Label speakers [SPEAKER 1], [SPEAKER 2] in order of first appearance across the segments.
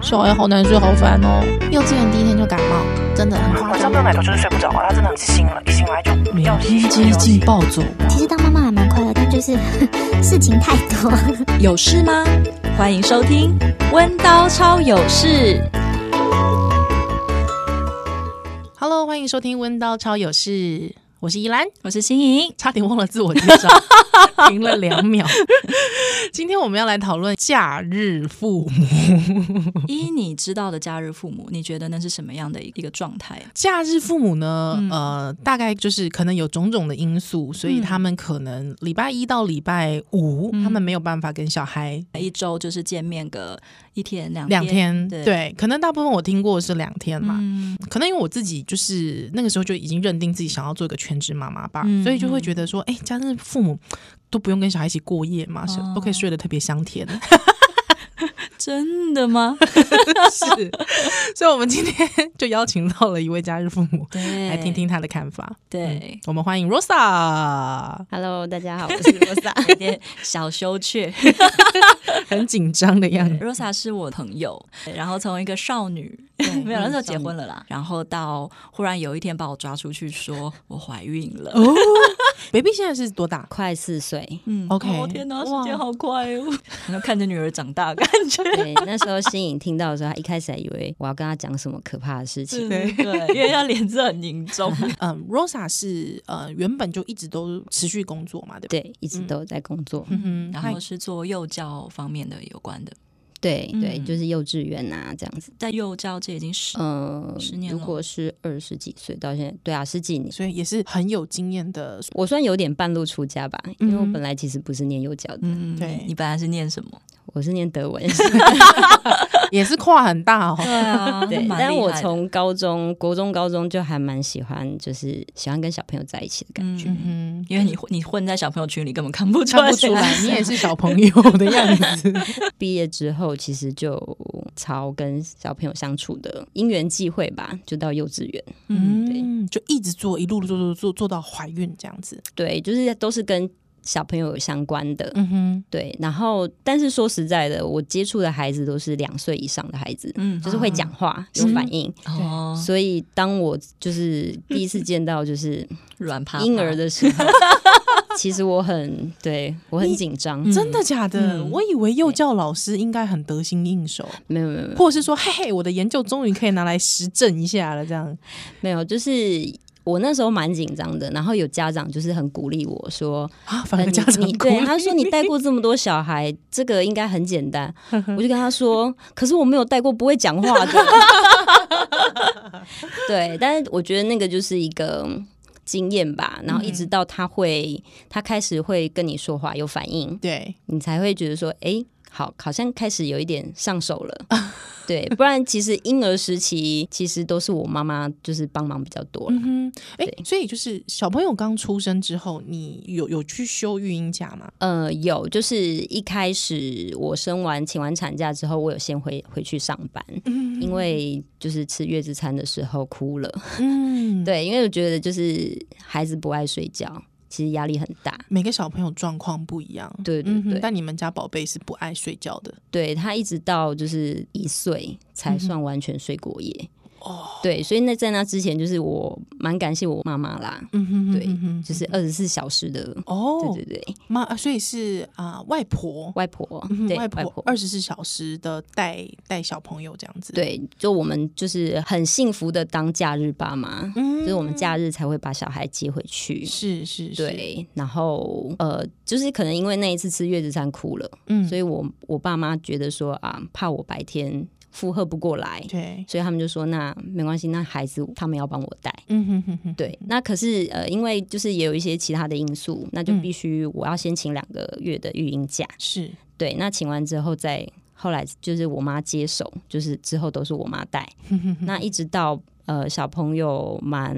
[SPEAKER 1] 小孩好难睡，好烦哦。幼稚园第一天就感冒，真的很夸
[SPEAKER 2] 晚
[SPEAKER 1] 张
[SPEAKER 2] 上嗯没。有奶头就是睡不着啊，他真的很清醒了，一醒来就
[SPEAKER 3] 每
[SPEAKER 2] 要洗
[SPEAKER 3] 天
[SPEAKER 2] 洗
[SPEAKER 3] 接
[SPEAKER 2] 要洗
[SPEAKER 3] 近暴走王
[SPEAKER 4] 其实当妈妈还蛮快乐，但就是 事情太多。
[SPEAKER 3] 有事吗？欢迎收听《温刀超有事》。
[SPEAKER 1] Hello，欢迎收听《温刀超有事》，我是依兰，
[SPEAKER 3] 我是新 颖，
[SPEAKER 1] 差点忘了自我介 绍，停了两秒。今天我们要来讨论假日父母。
[SPEAKER 3] 依你知道的假日父母，你觉得那是什么样的一个状态？
[SPEAKER 1] 假日父母呢，
[SPEAKER 3] 嗯
[SPEAKER 1] 呃，大概就是可能有种种的因素，所以他们可能礼拜一到礼拜五，
[SPEAKER 3] 嗯
[SPEAKER 1] 他们没有办法跟小孩
[SPEAKER 3] 一周就是见面个一天两
[SPEAKER 1] 两天，
[SPEAKER 3] 对
[SPEAKER 1] 对，可能大部分我听过是两天嘛，
[SPEAKER 3] 嗯
[SPEAKER 1] 可能因为我自己就是那个时候就已经认定自己想要做一个全职妈妈吧，
[SPEAKER 3] 嗯
[SPEAKER 1] 所以就会觉得说，哎、家日父母都不用跟小孩一起过夜嘛，是
[SPEAKER 3] 哦
[SPEAKER 1] 都可以睡得特别香甜。
[SPEAKER 3] 真的吗？
[SPEAKER 1] 是，所以我们今天 就邀请到了一位家日父母
[SPEAKER 3] 对，
[SPEAKER 1] 来听。听他的看法。
[SPEAKER 3] 对，
[SPEAKER 1] 我们欢迎 Rosa，
[SPEAKER 5] Hello，大家好，我是罗萨。
[SPEAKER 1] 嗯
[SPEAKER 3] 有点小羞怯。
[SPEAKER 1] 很紧张的 样子。
[SPEAKER 3] Rosa 是我朋友，然后从一个少女，
[SPEAKER 1] 对 嗯
[SPEAKER 3] 没有那时
[SPEAKER 1] 少
[SPEAKER 3] 候结
[SPEAKER 1] 女
[SPEAKER 3] 婚了啦，然后到忽然有一天把我抓出去说我怀孕了。
[SPEAKER 1] 哦，baby 现在是多大？
[SPEAKER 5] 快四岁，
[SPEAKER 3] 嗯
[SPEAKER 1] OK
[SPEAKER 3] 哦天哪，时
[SPEAKER 1] 哇
[SPEAKER 3] 间好快哦，然后看着女儿长大，感觉
[SPEAKER 5] 对，那时候新颖听到的时候，她一开始还以为我要跟她讲什么可怕的事情，
[SPEAKER 3] 对对，因为她脸色很 凝重。
[SPEAKER 1] 嗯，Rosa 是呃原本就一直都持续工作嘛，对不对？
[SPEAKER 5] 对，一直都有在工作，
[SPEAKER 1] 嗯哼，
[SPEAKER 3] 然后是做幼教方面的有关的，
[SPEAKER 5] 对对，
[SPEAKER 3] 嗯
[SPEAKER 5] 就是幼稚园啊这样子，
[SPEAKER 3] 在幼教界已经十
[SPEAKER 5] 嗯
[SPEAKER 3] 十年，了
[SPEAKER 5] 如果是二十几岁到现在，对啊，十几年。
[SPEAKER 1] 所以也是很有经验的。
[SPEAKER 5] 我算有点半路出家吧，因为我本来其实不是念幼教的，
[SPEAKER 3] 嗯，
[SPEAKER 1] 对
[SPEAKER 3] 你本来是念什么？
[SPEAKER 5] 我是 念德文，
[SPEAKER 1] 也是跨很大哦。
[SPEAKER 3] 啊
[SPEAKER 5] 对，但我从高中、国中、高中就还蛮喜欢，就是喜欢跟小朋友在一起的感觉。
[SPEAKER 3] 嗯，嗯
[SPEAKER 1] 嗯，
[SPEAKER 3] 因为你混你混在小朋友群里根本看不出
[SPEAKER 1] 看
[SPEAKER 3] 来，
[SPEAKER 1] 不出来，你也是小朋友的样 子。
[SPEAKER 5] 毕业之后，其实就超跟小朋友相处的因缘际会吧，就到幼稚园。
[SPEAKER 1] 嗯，就一直做，一路做做做做到怀孕这样子。
[SPEAKER 5] 对，就是都是跟小朋友有相关的。
[SPEAKER 1] 嗯哼，
[SPEAKER 5] 对，然后但是说实在的，我接触的孩子都是两岁以上的孩子，
[SPEAKER 3] 嗯
[SPEAKER 5] 就是会讲话、有反应。
[SPEAKER 3] 哦，
[SPEAKER 5] 所以当我就是第一次见到就是
[SPEAKER 3] 软趴趴
[SPEAKER 5] 婴儿的时候， 其实我很对我很紧张。
[SPEAKER 1] 真的假的？
[SPEAKER 3] 嗯
[SPEAKER 1] 我以为幼教老师应该很得心应手，
[SPEAKER 5] 没有没有没有
[SPEAKER 1] 或者是说，嘿嘿，我的研究终于可以拿来实证一下了，这样。
[SPEAKER 5] 没有，就是我那时候蛮紧张的，然后有家长就是很鼓励我说。
[SPEAKER 1] 啊， 反而
[SPEAKER 5] 你
[SPEAKER 1] 家长
[SPEAKER 5] 你
[SPEAKER 1] 鼓
[SPEAKER 5] 对
[SPEAKER 1] 励
[SPEAKER 5] 他说你带过这么多小孩，这个应该很简单。我就跟他说，可是我没有带过不会讲话的。对，但是我觉得那个就是一个经验吧。然后一直到他会，他开始会跟你说话，有反应，
[SPEAKER 1] 对，
[SPEAKER 5] 你才会觉得说，哎、好，好像开始有一点上手了。对，不然其实婴儿时期其实都是我妈妈就是帮忙比较多了。
[SPEAKER 1] 嗯哼，哎、
[SPEAKER 5] 对
[SPEAKER 1] 所以就是小朋友刚出生之后，你有有去休育婴假吗？
[SPEAKER 5] 呃，有，就是一开始我生完请完产假之后，我有先回回去上班，因为就是吃月子餐的时候哭了。
[SPEAKER 1] 嗯，，
[SPEAKER 5] 对，因为我觉得就是孩子不爱睡觉，其实压力很大。
[SPEAKER 1] 每个小朋友状况不一样，
[SPEAKER 5] 对对
[SPEAKER 1] 嗯哼
[SPEAKER 5] 对
[SPEAKER 1] 但你们家宝贝是不爱睡觉的，
[SPEAKER 5] 对他一直到就是一岁才算完全睡过夜。
[SPEAKER 1] 嗯哦
[SPEAKER 5] 对，所以那在那之前，就是我蛮感谢我妈妈啦，
[SPEAKER 1] 嗯哼
[SPEAKER 5] 对
[SPEAKER 1] 嗯哼
[SPEAKER 5] 就是二十四小时的，
[SPEAKER 1] 哦，
[SPEAKER 5] 对对对，
[SPEAKER 1] 妈，啊所以是啊、外婆。
[SPEAKER 5] 外婆，
[SPEAKER 1] 嗯哼
[SPEAKER 5] 对
[SPEAKER 1] 外
[SPEAKER 5] 婆
[SPEAKER 1] 婆二十四小时的带带小朋友这样子，，
[SPEAKER 5] 对，就我们就是很幸福的当假日爸妈，
[SPEAKER 1] 嗯
[SPEAKER 5] 就是我们假日才会把小孩接回去。
[SPEAKER 1] 是是是，，
[SPEAKER 5] 对，然后呃，就是可能因为那一次吃月子餐哭了，
[SPEAKER 1] 嗯，
[SPEAKER 5] 所以我我爸妈觉得说啊，怕我白天负荷不过来，
[SPEAKER 1] 对，
[SPEAKER 5] 所以他们就说那没关系，那孩子他们要帮我带。
[SPEAKER 1] 嗯哼哼哼，
[SPEAKER 5] 对，那可是呃，因为就是也有一些其他的因素，那就
[SPEAKER 1] 嗯
[SPEAKER 5] 必须我要先请两个月的育婴假。
[SPEAKER 1] 是，
[SPEAKER 5] 对，那请完之后再后来就是我妈接手，就是之后都是我妈带。那一直到呃小朋友满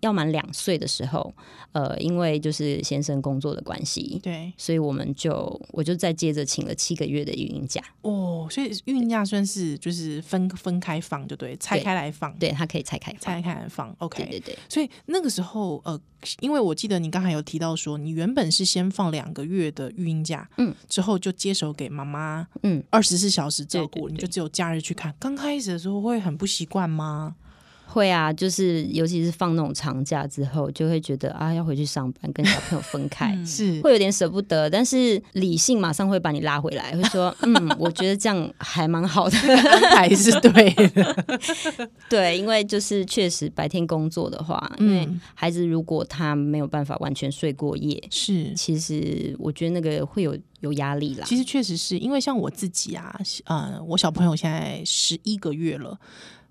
[SPEAKER 5] 要满两岁的时候，呃，因为就是先生工作的关系，
[SPEAKER 1] 对
[SPEAKER 5] 所以我们就我就再接着请了七个月的育婴假，
[SPEAKER 1] 哦，所以孕假算是就是分分开放，就对，拆开来放，，
[SPEAKER 5] 对他可以拆开放
[SPEAKER 1] 拆开来放，OK，
[SPEAKER 5] 对对对，
[SPEAKER 1] 所以那个时候，呃，因为我记得你刚才有提到说，你原本是先放两个月的育婴假，
[SPEAKER 5] 嗯，
[SPEAKER 1] 之后就接手给妈妈，
[SPEAKER 5] 嗯，
[SPEAKER 1] 二十四小时照顾，
[SPEAKER 5] 对对对
[SPEAKER 1] 你就只有假日去看。刚开始的时候会很不习惯吗？
[SPEAKER 5] 会啊，就是尤其是放那种长假之后，就会觉得啊要回去上班，跟小朋友分开。
[SPEAKER 1] 是，
[SPEAKER 5] 会有点舍不得，但是理性马上会把你拉回来，会说：“ 嗯，我觉得这样还蛮好 的。
[SPEAKER 1] 安排是对的，”
[SPEAKER 5] 对，因为就是确实白天工作的话，因为
[SPEAKER 1] 嗯，
[SPEAKER 5] 孩子如果他没有办法完全睡过夜，
[SPEAKER 1] 是。
[SPEAKER 5] 其实我觉得那个会有有压力啦。
[SPEAKER 1] 其实确实是因为像我自己啊，呃，我小朋友现在十一个月了，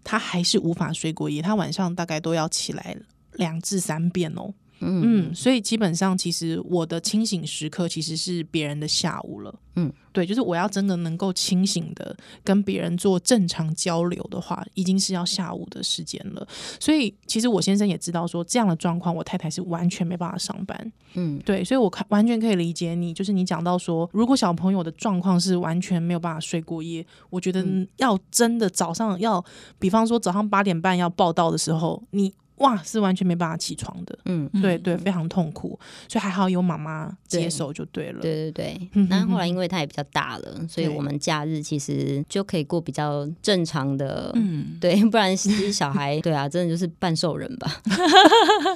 [SPEAKER 1] 他还是无法睡过夜，他晚上大概都要起来两至三遍哦。
[SPEAKER 5] 嗯
[SPEAKER 1] 嗯，所以基本上其实我的清醒时刻其实是别人的下午了。
[SPEAKER 5] 嗯，
[SPEAKER 1] 对，就是我要真的能够清醒的跟别人做正常交流的话，已经是要下午的时间了。所以其实我先生也知道说这样的状况，我太太是完全没办法上班。
[SPEAKER 5] 嗯，
[SPEAKER 1] 对，所以我看完全可以理解你，就是你讲到说，如果小朋友的状况是完全没有办法睡过夜，我觉得
[SPEAKER 5] 嗯
[SPEAKER 1] 要真的早上要，比方说早上八点半要报到的时候，你哇是完全没办法起床的。
[SPEAKER 5] 嗯，
[SPEAKER 1] 对对，非常痛苦，所以还好有妈妈接手就对了。
[SPEAKER 5] 对对对
[SPEAKER 1] 嗯哼。
[SPEAKER 5] 然后后来因为他也比较大了，所以
[SPEAKER 1] 对
[SPEAKER 5] 我们假日其实就可以过比较正常的。
[SPEAKER 3] 嗯，
[SPEAKER 5] 对，不然其实小孩对啊，真的就是半兽人 吧。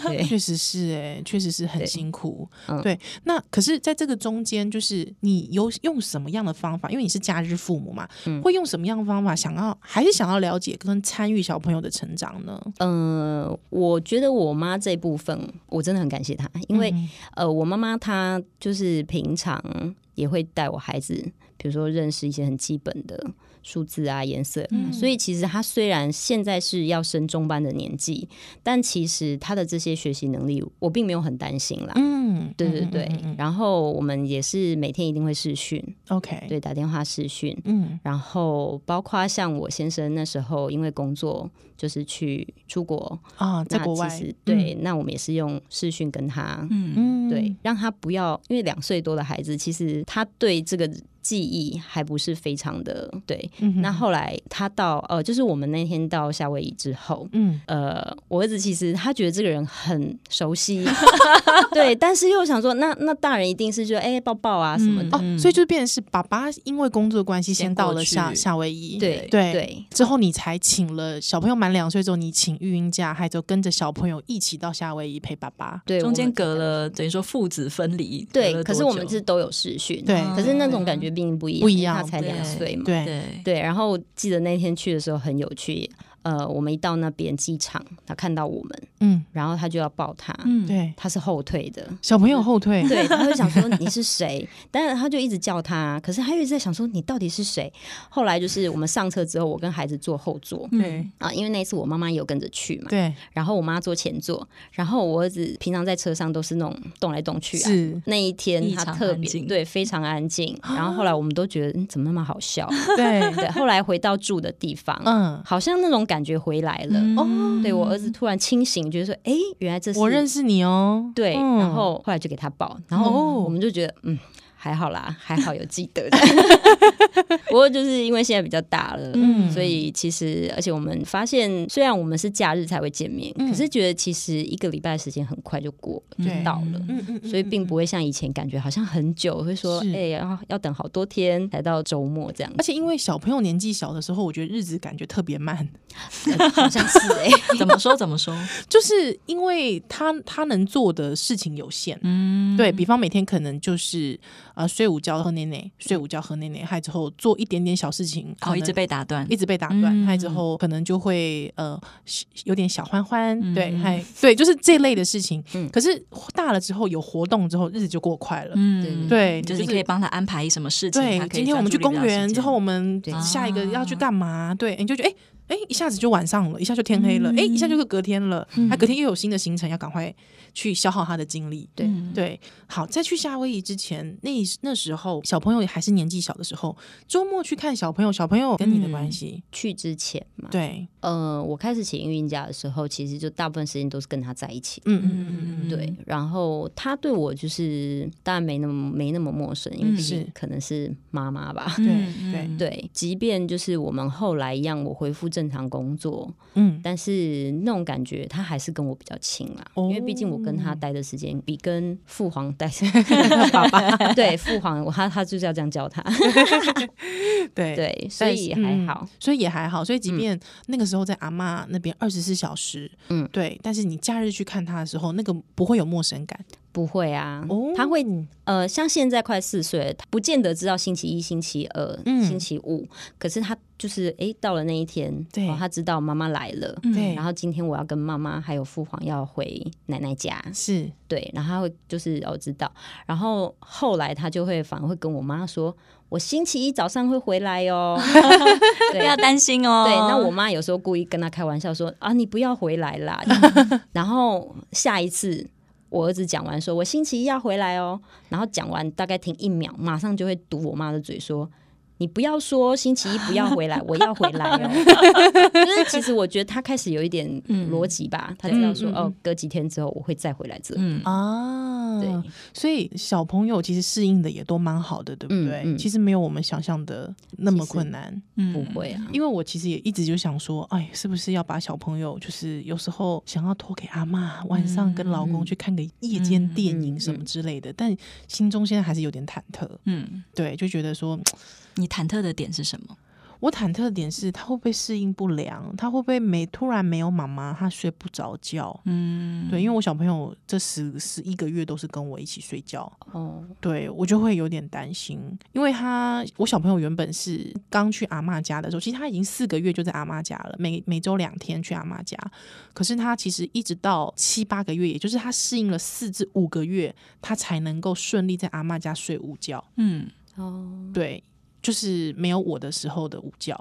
[SPEAKER 5] 对，
[SPEAKER 1] 确实是哎、确实是很
[SPEAKER 5] 对
[SPEAKER 1] 辛苦。
[SPEAKER 5] 嗯
[SPEAKER 1] 对，那可是在这个中间，就是你有用什么样的方法？因为你是假日父母嘛，
[SPEAKER 5] 嗯
[SPEAKER 1] 会用什么样的方法想要还是想要了解跟参与小朋友的成长呢？
[SPEAKER 5] 嗯，我觉得我妈这部分我真的很感谢她，因为、
[SPEAKER 1] 嗯
[SPEAKER 5] 呃，我妈妈她就是平常也会带我孩子，比如说认识一些很基本的数字啊、颜色，
[SPEAKER 1] 嗯
[SPEAKER 5] 所以其实她虽然现在是要升中班的年纪，但其实她的这些学习能力，我并没有很担心啦。
[SPEAKER 1] 嗯，
[SPEAKER 5] 对对
[SPEAKER 1] 嗯
[SPEAKER 5] 对，
[SPEAKER 1] 嗯嗯嗯
[SPEAKER 5] 然后我们也是每天一定会视讯，
[SPEAKER 1] ，OK，，
[SPEAKER 5] 对，打电话视讯，
[SPEAKER 1] 嗯
[SPEAKER 5] 然后包括像我先生那时候因为工作就是去出国，
[SPEAKER 1] 啊，在
[SPEAKER 5] 那
[SPEAKER 1] 国外
[SPEAKER 5] 其实对，，那我们也是用视讯跟他，
[SPEAKER 1] 嗯，嗯
[SPEAKER 5] 对，，让他不要，因为两岁多的孩子，其实他对这个记忆还不是非常的对。
[SPEAKER 1] 嗯哼
[SPEAKER 5] 那后来他到呃，就是我们那天到夏威夷之后。
[SPEAKER 1] 嗯，
[SPEAKER 5] 呃，我儿子其实他觉得这个人很 熟悉，对，但是又想说，那那大人一定是觉得哎、抱抱啊什么的，
[SPEAKER 1] 哦，
[SPEAKER 3] 嗯
[SPEAKER 1] 所以就变成是爸爸因为工作的关系先
[SPEAKER 3] 先
[SPEAKER 1] 到
[SPEAKER 3] 过
[SPEAKER 1] 了夏
[SPEAKER 3] 去
[SPEAKER 1] 夏威夷，
[SPEAKER 5] 对
[SPEAKER 1] 对
[SPEAKER 5] 对
[SPEAKER 1] 之后你才请了小朋友满两岁之后，你请育婴假，还就跟着小朋友一起到夏威夷陪爸爸。
[SPEAKER 5] 对，
[SPEAKER 3] 中
[SPEAKER 5] 我
[SPEAKER 3] 间
[SPEAKER 5] 们
[SPEAKER 3] 隔了等于说父子分离，隔
[SPEAKER 5] 对，
[SPEAKER 3] 了
[SPEAKER 5] 可是
[SPEAKER 3] 多
[SPEAKER 5] 我们
[SPEAKER 3] 久
[SPEAKER 5] 是都有视讯，啊
[SPEAKER 1] 对
[SPEAKER 5] 可是那种感觉并不一样，
[SPEAKER 1] 不一
[SPEAKER 5] 因为他
[SPEAKER 1] 样
[SPEAKER 5] 才两岁嘛，
[SPEAKER 1] 对，
[SPEAKER 3] 对
[SPEAKER 5] 对，然后记得那天去的时候很有趣，呃，我们一到那边机场，他看到我们，
[SPEAKER 1] 嗯，
[SPEAKER 5] 然后他就要抱他，
[SPEAKER 3] 嗯
[SPEAKER 1] 对，
[SPEAKER 5] 他是后退的。
[SPEAKER 1] 小朋友后退，
[SPEAKER 5] 对，他会想说你是谁， 但是他就一直叫他，啊可是他一直在想说你到底是谁。后来就是我们上车之后，我跟孩子坐后座
[SPEAKER 3] 对
[SPEAKER 5] 啊，因为那一次我妈妈也有跟着去嘛，
[SPEAKER 1] 对，
[SPEAKER 5] 然后我妈坐前座，然后我儿子平常在车上都是那种动来动去啊，
[SPEAKER 1] 是，
[SPEAKER 5] 那一天
[SPEAKER 3] 异
[SPEAKER 5] 他
[SPEAKER 3] 常
[SPEAKER 5] 特
[SPEAKER 3] 安
[SPEAKER 5] 别
[SPEAKER 3] 静
[SPEAKER 5] 对非常安静， 然后后来我们都觉得、嗯、怎么那么好笑，
[SPEAKER 1] 对，
[SPEAKER 5] 对，后来回到住的地方，
[SPEAKER 1] 嗯，
[SPEAKER 5] 好像那种感觉回来了。
[SPEAKER 1] 哦，
[SPEAKER 5] 对我儿子突然清醒，觉得说，哎、原来这是
[SPEAKER 1] 我认
[SPEAKER 5] 识。
[SPEAKER 1] 识你哦，
[SPEAKER 5] 对，
[SPEAKER 1] 嗯
[SPEAKER 5] 然后后来就给他抱，然
[SPEAKER 1] 哦
[SPEAKER 5] 后我们就觉得，嗯，还好啦，还好有记 得。 不过就是因为现在比较大了，
[SPEAKER 1] 嗯
[SPEAKER 5] 所以其实而且我们发现，虽然我们是假日才会见面，可是觉得其实一个礼拜的时间很快就过了
[SPEAKER 1] 嗯对
[SPEAKER 5] 就到了。
[SPEAKER 1] 嗯嗯嗯
[SPEAKER 5] 所以并不会像以前感觉好像很久，会说
[SPEAKER 1] 是
[SPEAKER 5] 哎、要要等好多天才到周末这样
[SPEAKER 1] 而且因为小朋友年纪小的时候，我觉得日子感觉特别慢，
[SPEAKER 5] 子，呃好像是哎、
[SPEAKER 3] 怎么说怎么说？
[SPEAKER 1] 就是因为他他能做的事情有限，
[SPEAKER 3] 嗯，
[SPEAKER 1] 对比方每天可能就是呃睡午觉喝奶奶，睡午觉喝奶奶，还之后做一点点小事情，可
[SPEAKER 3] 嗯哦，一
[SPEAKER 1] 能
[SPEAKER 3] 直被打断
[SPEAKER 1] 一，直被打断，
[SPEAKER 3] 嗯
[SPEAKER 1] 还之后可能就会呃小有点小欢欢，
[SPEAKER 3] 嗯
[SPEAKER 1] 对，
[SPEAKER 3] 嗯
[SPEAKER 1] 还对，就是这类的事情。
[SPEAKER 5] 嗯
[SPEAKER 1] 可是大了之后有活动之后，日子就过快了。
[SPEAKER 3] 嗯
[SPEAKER 1] 对
[SPEAKER 3] 就是
[SPEAKER 1] 就
[SPEAKER 3] 你
[SPEAKER 1] 是
[SPEAKER 3] 可以帮他安排什么事情。
[SPEAKER 1] 对
[SPEAKER 3] 他，可以
[SPEAKER 1] 今天我们去
[SPEAKER 3] 专注
[SPEAKER 1] 公
[SPEAKER 3] 力比较
[SPEAKER 1] 园
[SPEAKER 3] 时间
[SPEAKER 1] 之后，我，们
[SPEAKER 5] 对
[SPEAKER 3] 啊
[SPEAKER 1] 下一个要去干嘛？对，你就觉得哎，哎、一下子就晚上了，一下就天黑了，哎、
[SPEAKER 3] 嗯
[SPEAKER 1] 一下就是隔天了，他、隔天又有新的行程，要赶快去消耗他的精力。
[SPEAKER 5] 对
[SPEAKER 3] 嗯
[SPEAKER 1] 对，好，在去夏威夷之前，那那时候小朋友还是年纪小的时候，周末去看小朋友，小朋友跟你的关系，
[SPEAKER 3] 嗯
[SPEAKER 5] 去之前嘛，
[SPEAKER 1] 对，
[SPEAKER 5] 呃，我开始请孕假的时候，其实就大部分时间都是跟他在一起。
[SPEAKER 1] 嗯嗯嗯嗯，
[SPEAKER 5] 对，然后他对我就是当然没那么没那么陌生，因为
[SPEAKER 3] 嗯
[SPEAKER 5] 毕竟
[SPEAKER 1] 是
[SPEAKER 5] 可能是妈妈 吧。
[SPEAKER 1] 对
[SPEAKER 3] 嗯
[SPEAKER 1] 对
[SPEAKER 3] 嗯
[SPEAKER 5] 对，即便就是我们后来一样，我恢复正常工作，
[SPEAKER 1] 嗯，
[SPEAKER 5] 但是那种感觉他还是跟我比较亲啦，
[SPEAKER 1] 哦
[SPEAKER 5] 因为毕竟我跟他待的时间比跟父皇 待
[SPEAKER 1] 爸爸，
[SPEAKER 5] 对父皇，我他他就是要这样叫他，
[SPEAKER 1] 对。
[SPEAKER 5] 对，所以也还好。
[SPEAKER 1] 嗯所以也还好，所以即便那个时候在阿妈那边二十四小时，嗯
[SPEAKER 5] 嗯，
[SPEAKER 1] 对，但是你假日去看他的时候，那个不会有陌生感，
[SPEAKER 5] 不会啊，
[SPEAKER 1] 哦
[SPEAKER 5] 他会呃，像现在快四岁了，他不见得知道星期一、星期二、
[SPEAKER 1] 嗯
[SPEAKER 5] 星期五，可是他就是诶，到了那一天，
[SPEAKER 1] 对
[SPEAKER 5] 哦他知道妈妈来了。
[SPEAKER 3] 嗯
[SPEAKER 1] 对，
[SPEAKER 5] 然后今天我要跟妈妈还有父皇要回奶奶家，
[SPEAKER 1] 是
[SPEAKER 5] 对，然后他会就是哦知道，然后后来他就会反而会跟我妈说，我星期一早上会回来哦，
[SPEAKER 3] 不
[SPEAKER 5] 对
[SPEAKER 3] 要担心哦。
[SPEAKER 5] 对，那我妈有时候故意跟他开玩笑说啊，你不要回来啦。然后下一次我儿子讲完说，我星期一要回来哦。然后讲完大概停一秒，马上就会堵我妈的嘴说。你不要说星期一不要回来，我要回来哦。就是其实我觉得他开始有一点
[SPEAKER 3] 嗯
[SPEAKER 5] 逻辑吧，他知道说
[SPEAKER 1] 嗯嗯
[SPEAKER 5] 哦，隔几天之后我会再回来这里。
[SPEAKER 3] 嗯
[SPEAKER 1] 啊，
[SPEAKER 5] 对，
[SPEAKER 1] 所以小朋友其实适应的也都蛮好的，对不
[SPEAKER 5] 嗯
[SPEAKER 1] 对？
[SPEAKER 5] 嗯
[SPEAKER 1] 其实没有我们想象的那么
[SPEAKER 5] 其实
[SPEAKER 1] 困难。
[SPEAKER 3] 嗯
[SPEAKER 5] 不会啊，
[SPEAKER 1] 因为我其实也一直就想说，哎，是不是要把小朋友，就是有时候想要托给阿妈，晚上跟老
[SPEAKER 5] 嗯
[SPEAKER 1] 公去看个夜间电影什么之类的，但心中现在还是有点忐忑，
[SPEAKER 3] 嗯，
[SPEAKER 1] 对，就觉得说，
[SPEAKER 3] 你忐忑的点是什么？
[SPEAKER 1] 我忐忑的点是他会不会适应不良，他会不会没突然没有妈妈，他睡不着觉。
[SPEAKER 3] 嗯，
[SPEAKER 1] 对，因为我小朋友这十十一个月都是跟我一起睡觉，
[SPEAKER 5] 哦，
[SPEAKER 1] 对我就会有点担心，因为他我小朋友原本是刚去阿嬷家的时候，其实他已经四个月就在阿嬷家了，每每周两天去阿嬷家。可是他其实一直到七八个月，也就是他适应了四至五个月，他才能够顺利在阿嬷家睡午觉。
[SPEAKER 3] 嗯
[SPEAKER 5] 哦，
[SPEAKER 1] 对，就是没有我的时候的午觉。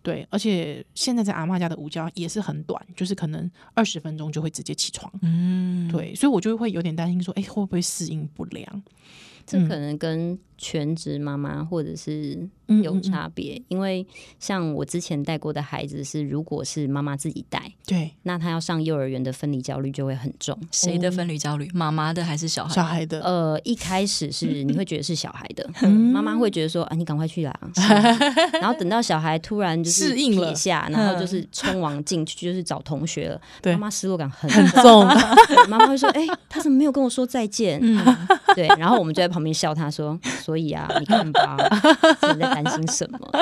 [SPEAKER 1] 对，而且现在在阿嬷家的午觉也是很短，就是可能二十分钟就会直接起床。
[SPEAKER 3] 嗯，
[SPEAKER 1] 对，所以我就会有点担心说，哎，会不会适应不良？
[SPEAKER 5] 这
[SPEAKER 1] 嗯
[SPEAKER 5] 可能跟全职妈妈或者是
[SPEAKER 1] 嗯
[SPEAKER 5] 有。差别，因为像我之前带过的孩子是，如果是妈妈自己带，
[SPEAKER 1] 对，
[SPEAKER 5] 那他要上幼儿园的分离焦虑就会很重。
[SPEAKER 3] 谁的分离焦虑？妈妈的还是小孩？
[SPEAKER 1] 哦小孩的。
[SPEAKER 5] 呃，一开始是你会觉得是小孩 的，
[SPEAKER 1] 嗯
[SPEAKER 5] 妈妈会觉得说啊，你赶快去啦。然后等到小孩突然就是
[SPEAKER 1] 适应了嗯
[SPEAKER 5] 撇下，然后就是冲往进去，就是找同学了。
[SPEAKER 1] 对
[SPEAKER 5] 妈妈失落感很
[SPEAKER 1] 很
[SPEAKER 5] 重。
[SPEAKER 1] 重，
[SPEAKER 5] 对妈妈会说，哎，他怎么没有跟我说再见？
[SPEAKER 3] 嗯，
[SPEAKER 5] 对，然后我们就在旁边笑他说，所以啊，你看吧， 你在担心什么？这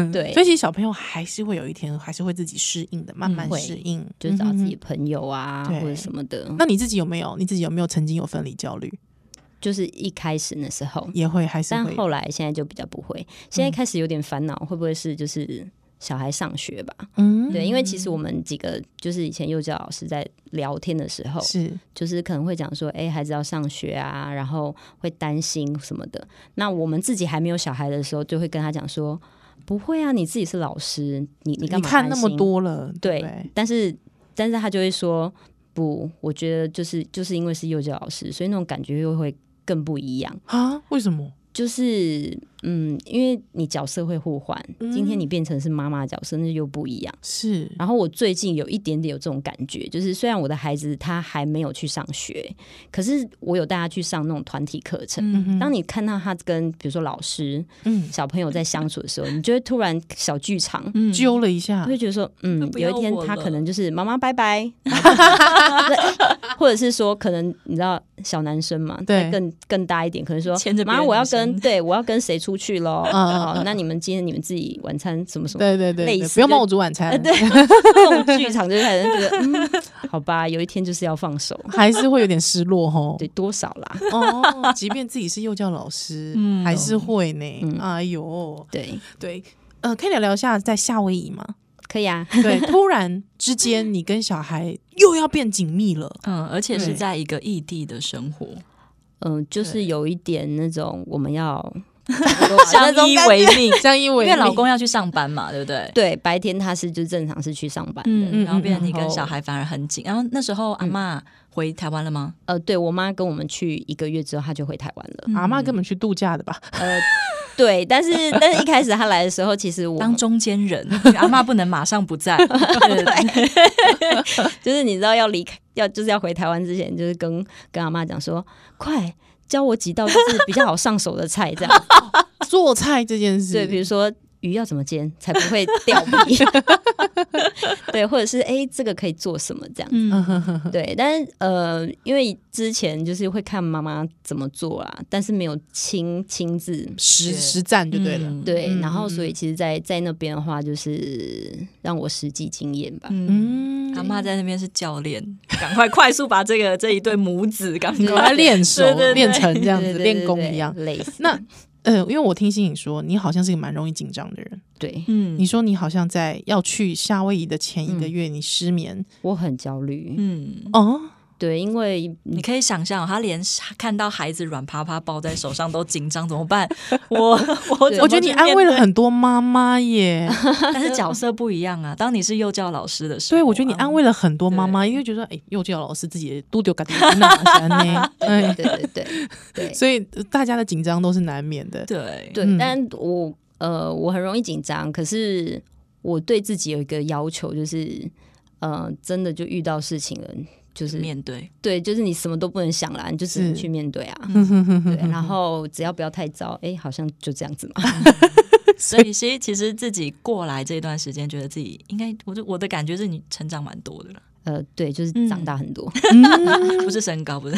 [SPEAKER 5] 样对
[SPEAKER 1] 嗯 所以其实小朋友还是会有一天还是会自己适应的，慢慢
[SPEAKER 5] 嗯会
[SPEAKER 1] 适应，
[SPEAKER 5] 就是找自己
[SPEAKER 1] 嗯哼
[SPEAKER 5] 朋友啊，
[SPEAKER 1] 对
[SPEAKER 5] 或者什么的
[SPEAKER 1] 哼。。那你自己有没有？你自己有没有曾经有分离焦虑？
[SPEAKER 5] 就是一开始那时候，
[SPEAKER 1] 也会还是
[SPEAKER 5] 但
[SPEAKER 1] 会嗯
[SPEAKER 5] 后来现在就比较不会。现在开始有点烦恼，会不会是就是小孩上学吧？
[SPEAKER 1] 嗯，
[SPEAKER 5] 对，因为其实我们几个就是以前幼教老师在聊天的时候，
[SPEAKER 1] 是
[SPEAKER 5] 就是可能会讲说，哎、孩子要上学啊，然后会担心什么的。那我们自己还没有小孩的时候，就会跟他讲说，不会啊，你自己是老师，你你
[SPEAKER 1] 你
[SPEAKER 5] 干嘛
[SPEAKER 1] 看那
[SPEAKER 5] 担
[SPEAKER 1] 么
[SPEAKER 5] 心
[SPEAKER 1] 多了，对
[SPEAKER 5] 对，
[SPEAKER 1] 不对，
[SPEAKER 5] 但是但是他就会说不，我觉得就是就是因为是幼教老师，所以那种感觉又会更不一样。
[SPEAKER 1] 啊？为什么？
[SPEAKER 5] 就是嗯，因为你角色会互换，
[SPEAKER 1] 嗯
[SPEAKER 5] 今天你变成是妈妈的角色，那又不一样。
[SPEAKER 1] 是
[SPEAKER 5] 然后我最近有一点点有这种感觉，就是虽然我的孩子他还没有去上学，可是我有带他去上那种团体课程。
[SPEAKER 1] 嗯哼
[SPEAKER 5] 当你看到他跟比如说老师、
[SPEAKER 1] 嗯
[SPEAKER 5] 小朋友在相处的时候，你就会突然小剧场，
[SPEAKER 3] 嗯
[SPEAKER 1] 揪了一下
[SPEAKER 5] 就，会觉得说，嗯，
[SPEAKER 3] 不要
[SPEAKER 5] 有一天
[SPEAKER 3] 我
[SPEAKER 5] 他
[SPEAKER 3] 了
[SPEAKER 5] 可能就是妈妈 拜拜，然后就对或者是说可能你知道小男生嘛，
[SPEAKER 1] 对
[SPEAKER 5] 再更更大一点，可能说
[SPEAKER 3] 牵着别
[SPEAKER 5] 妈
[SPEAKER 3] 的
[SPEAKER 5] 我要
[SPEAKER 3] 女生
[SPEAKER 5] 跟对我要跟谁出去喽，
[SPEAKER 1] 嗯嗯
[SPEAKER 5] 好
[SPEAKER 1] 嗯，
[SPEAKER 5] 那你们今天你们自己晚餐什么什么。
[SPEAKER 1] 对对对
[SPEAKER 5] 类
[SPEAKER 1] 对，
[SPEAKER 5] 似
[SPEAKER 1] 不要帮
[SPEAKER 5] 就呃
[SPEAKER 1] 我煮晚餐，
[SPEAKER 5] 对，这种剧场就开始觉得，嗯，好吧，有一天就是要放手，
[SPEAKER 1] 还是会有点失落吼。
[SPEAKER 5] 对，多少啦，
[SPEAKER 1] 哦，即便自己是幼教老师，
[SPEAKER 3] 嗯
[SPEAKER 1] 还是会呢
[SPEAKER 5] 嗯。
[SPEAKER 1] 哎呦，
[SPEAKER 5] 对，
[SPEAKER 1] 对，呃，可以聊聊一下在夏威夷吗？
[SPEAKER 5] 可以啊，
[SPEAKER 1] 对，突然之间你跟小孩又要变紧密了。
[SPEAKER 3] 嗯，而且
[SPEAKER 1] 对
[SPEAKER 3] 是在一个异地的生活，
[SPEAKER 5] 嗯，就是有一点那种我们要那
[SPEAKER 3] 相
[SPEAKER 5] 种
[SPEAKER 3] 依
[SPEAKER 5] 感
[SPEAKER 3] 为
[SPEAKER 5] 觉
[SPEAKER 3] 命，
[SPEAKER 1] 相依为
[SPEAKER 3] 因为
[SPEAKER 1] 命
[SPEAKER 3] 老公要去上班嘛，对不对？
[SPEAKER 5] 对，白天他是就正常是去上班的。
[SPEAKER 1] 嗯
[SPEAKER 3] 嗯，然后变成你
[SPEAKER 1] 然
[SPEAKER 3] 跟
[SPEAKER 1] 后嗯
[SPEAKER 3] 小孩反而很紧。然后那时候阿嬷回台湾了吗？
[SPEAKER 5] 呃，对我妈跟我们去一个月之后，她就回台湾了。
[SPEAKER 1] 阿妈根本去度假的吧？
[SPEAKER 5] 呃，对，但是但是一开始她来的时候，其实我
[SPEAKER 3] 当中间 人，因为阿嬷不能马上不在，对，
[SPEAKER 5] 就是你知道要离开，要就是要回台湾之前，就是跟跟阿妈讲说，快教我几道就是比较好上手的菜，这样
[SPEAKER 1] 做菜这件
[SPEAKER 5] 对，比
[SPEAKER 1] 事，
[SPEAKER 5] 如说鱼要怎么煎才不会掉 皮， 对，或者是哎、诶这个可以做什么这样，
[SPEAKER 3] 嗯，
[SPEAKER 5] 对，但是呃，因为之前就是会看妈妈怎么做啦，但是没有亲亲自。
[SPEAKER 1] 实
[SPEAKER 3] 是
[SPEAKER 1] 实战就对了。
[SPEAKER 3] 嗯
[SPEAKER 5] 对，
[SPEAKER 1] 嗯
[SPEAKER 5] 然后
[SPEAKER 1] 嗯
[SPEAKER 5] 所以其实在，在那边的话，就是让我实际经验吧。
[SPEAKER 3] 嗯。
[SPEAKER 1] 嗯
[SPEAKER 3] 阿嬷在那边是教 练，赶快快速把这个这一对母子赶
[SPEAKER 1] 赶
[SPEAKER 3] 快
[SPEAKER 1] 快练熟
[SPEAKER 3] 对对，对
[SPEAKER 1] 练成这样
[SPEAKER 5] 对
[SPEAKER 1] 子，
[SPEAKER 5] 对
[SPEAKER 1] 练
[SPEAKER 5] 对
[SPEAKER 1] 功
[SPEAKER 5] 对
[SPEAKER 1] 一样。
[SPEAKER 5] 累死。
[SPEAKER 1] 那呃，因为我听欣颖说，你好像是一个蛮容易紧张的人。
[SPEAKER 5] 对
[SPEAKER 3] 嗯
[SPEAKER 1] 你说你好像在要去夏威夷的前一个月，你失眠
[SPEAKER 5] 我很焦虑，
[SPEAKER 3] 嗯，
[SPEAKER 1] 哦，
[SPEAKER 5] 对，因为
[SPEAKER 3] 你可以想象哦，他连看到孩子软趴趴抱在手上都紧张，怎 么办？我我怎么
[SPEAKER 1] 我觉得你
[SPEAKER 3] 去
[SPEAKER 1] 安
[SPEAKER 3] 面
[SPEAKER 1] 慰了
[SPEAKER 3] 对，
[SPEAKER 1] 很多妈妈耶。
[SPEAKER 3] 但是角色不一样啊。当你是幼教老师的时候，啊
[SPEAKER 1] 对，我觉得你安慰了很多妈妈，因为觉得哎，幼教老师自己都丢嘎嘎那呢，哎，
[SPEAKER 5] 对对 对对
[SPEAKER 1] 所以呃大家的紧张都是难免的。
[SPEAKER 3] 对
[SPEAKER 5] 对
[SPEAKER 1] 嗯
[SPEAKER 5] 对，但我呃，我很容易紧张，可是我对自己有一个要求，就是呃，真的就遇到事情了，就是
[SPEAKER 3] 面 对，
[SPEAKER 5] 对，就是你什么都不能想啦，你就只能
[SPEAKER 1] 是嗯
[SPEAKER 5] 去面对啊。对，
[SPEAKER 1] 对
[SPEAKER 5] 然后只要不要太糟，哎，好像就这样子嘛。
[SPEAKER 3] 所以其实其实自己过来这一段时间，觉得自己应该，我就我的感觉是你成长蛮多的了，
[SPEAKER 5] 呃，对，就是
[SPEAKER 1] 嗯
[SPEAKER 5] 长大很多，
[SPEAKER 3] 不是身高，不是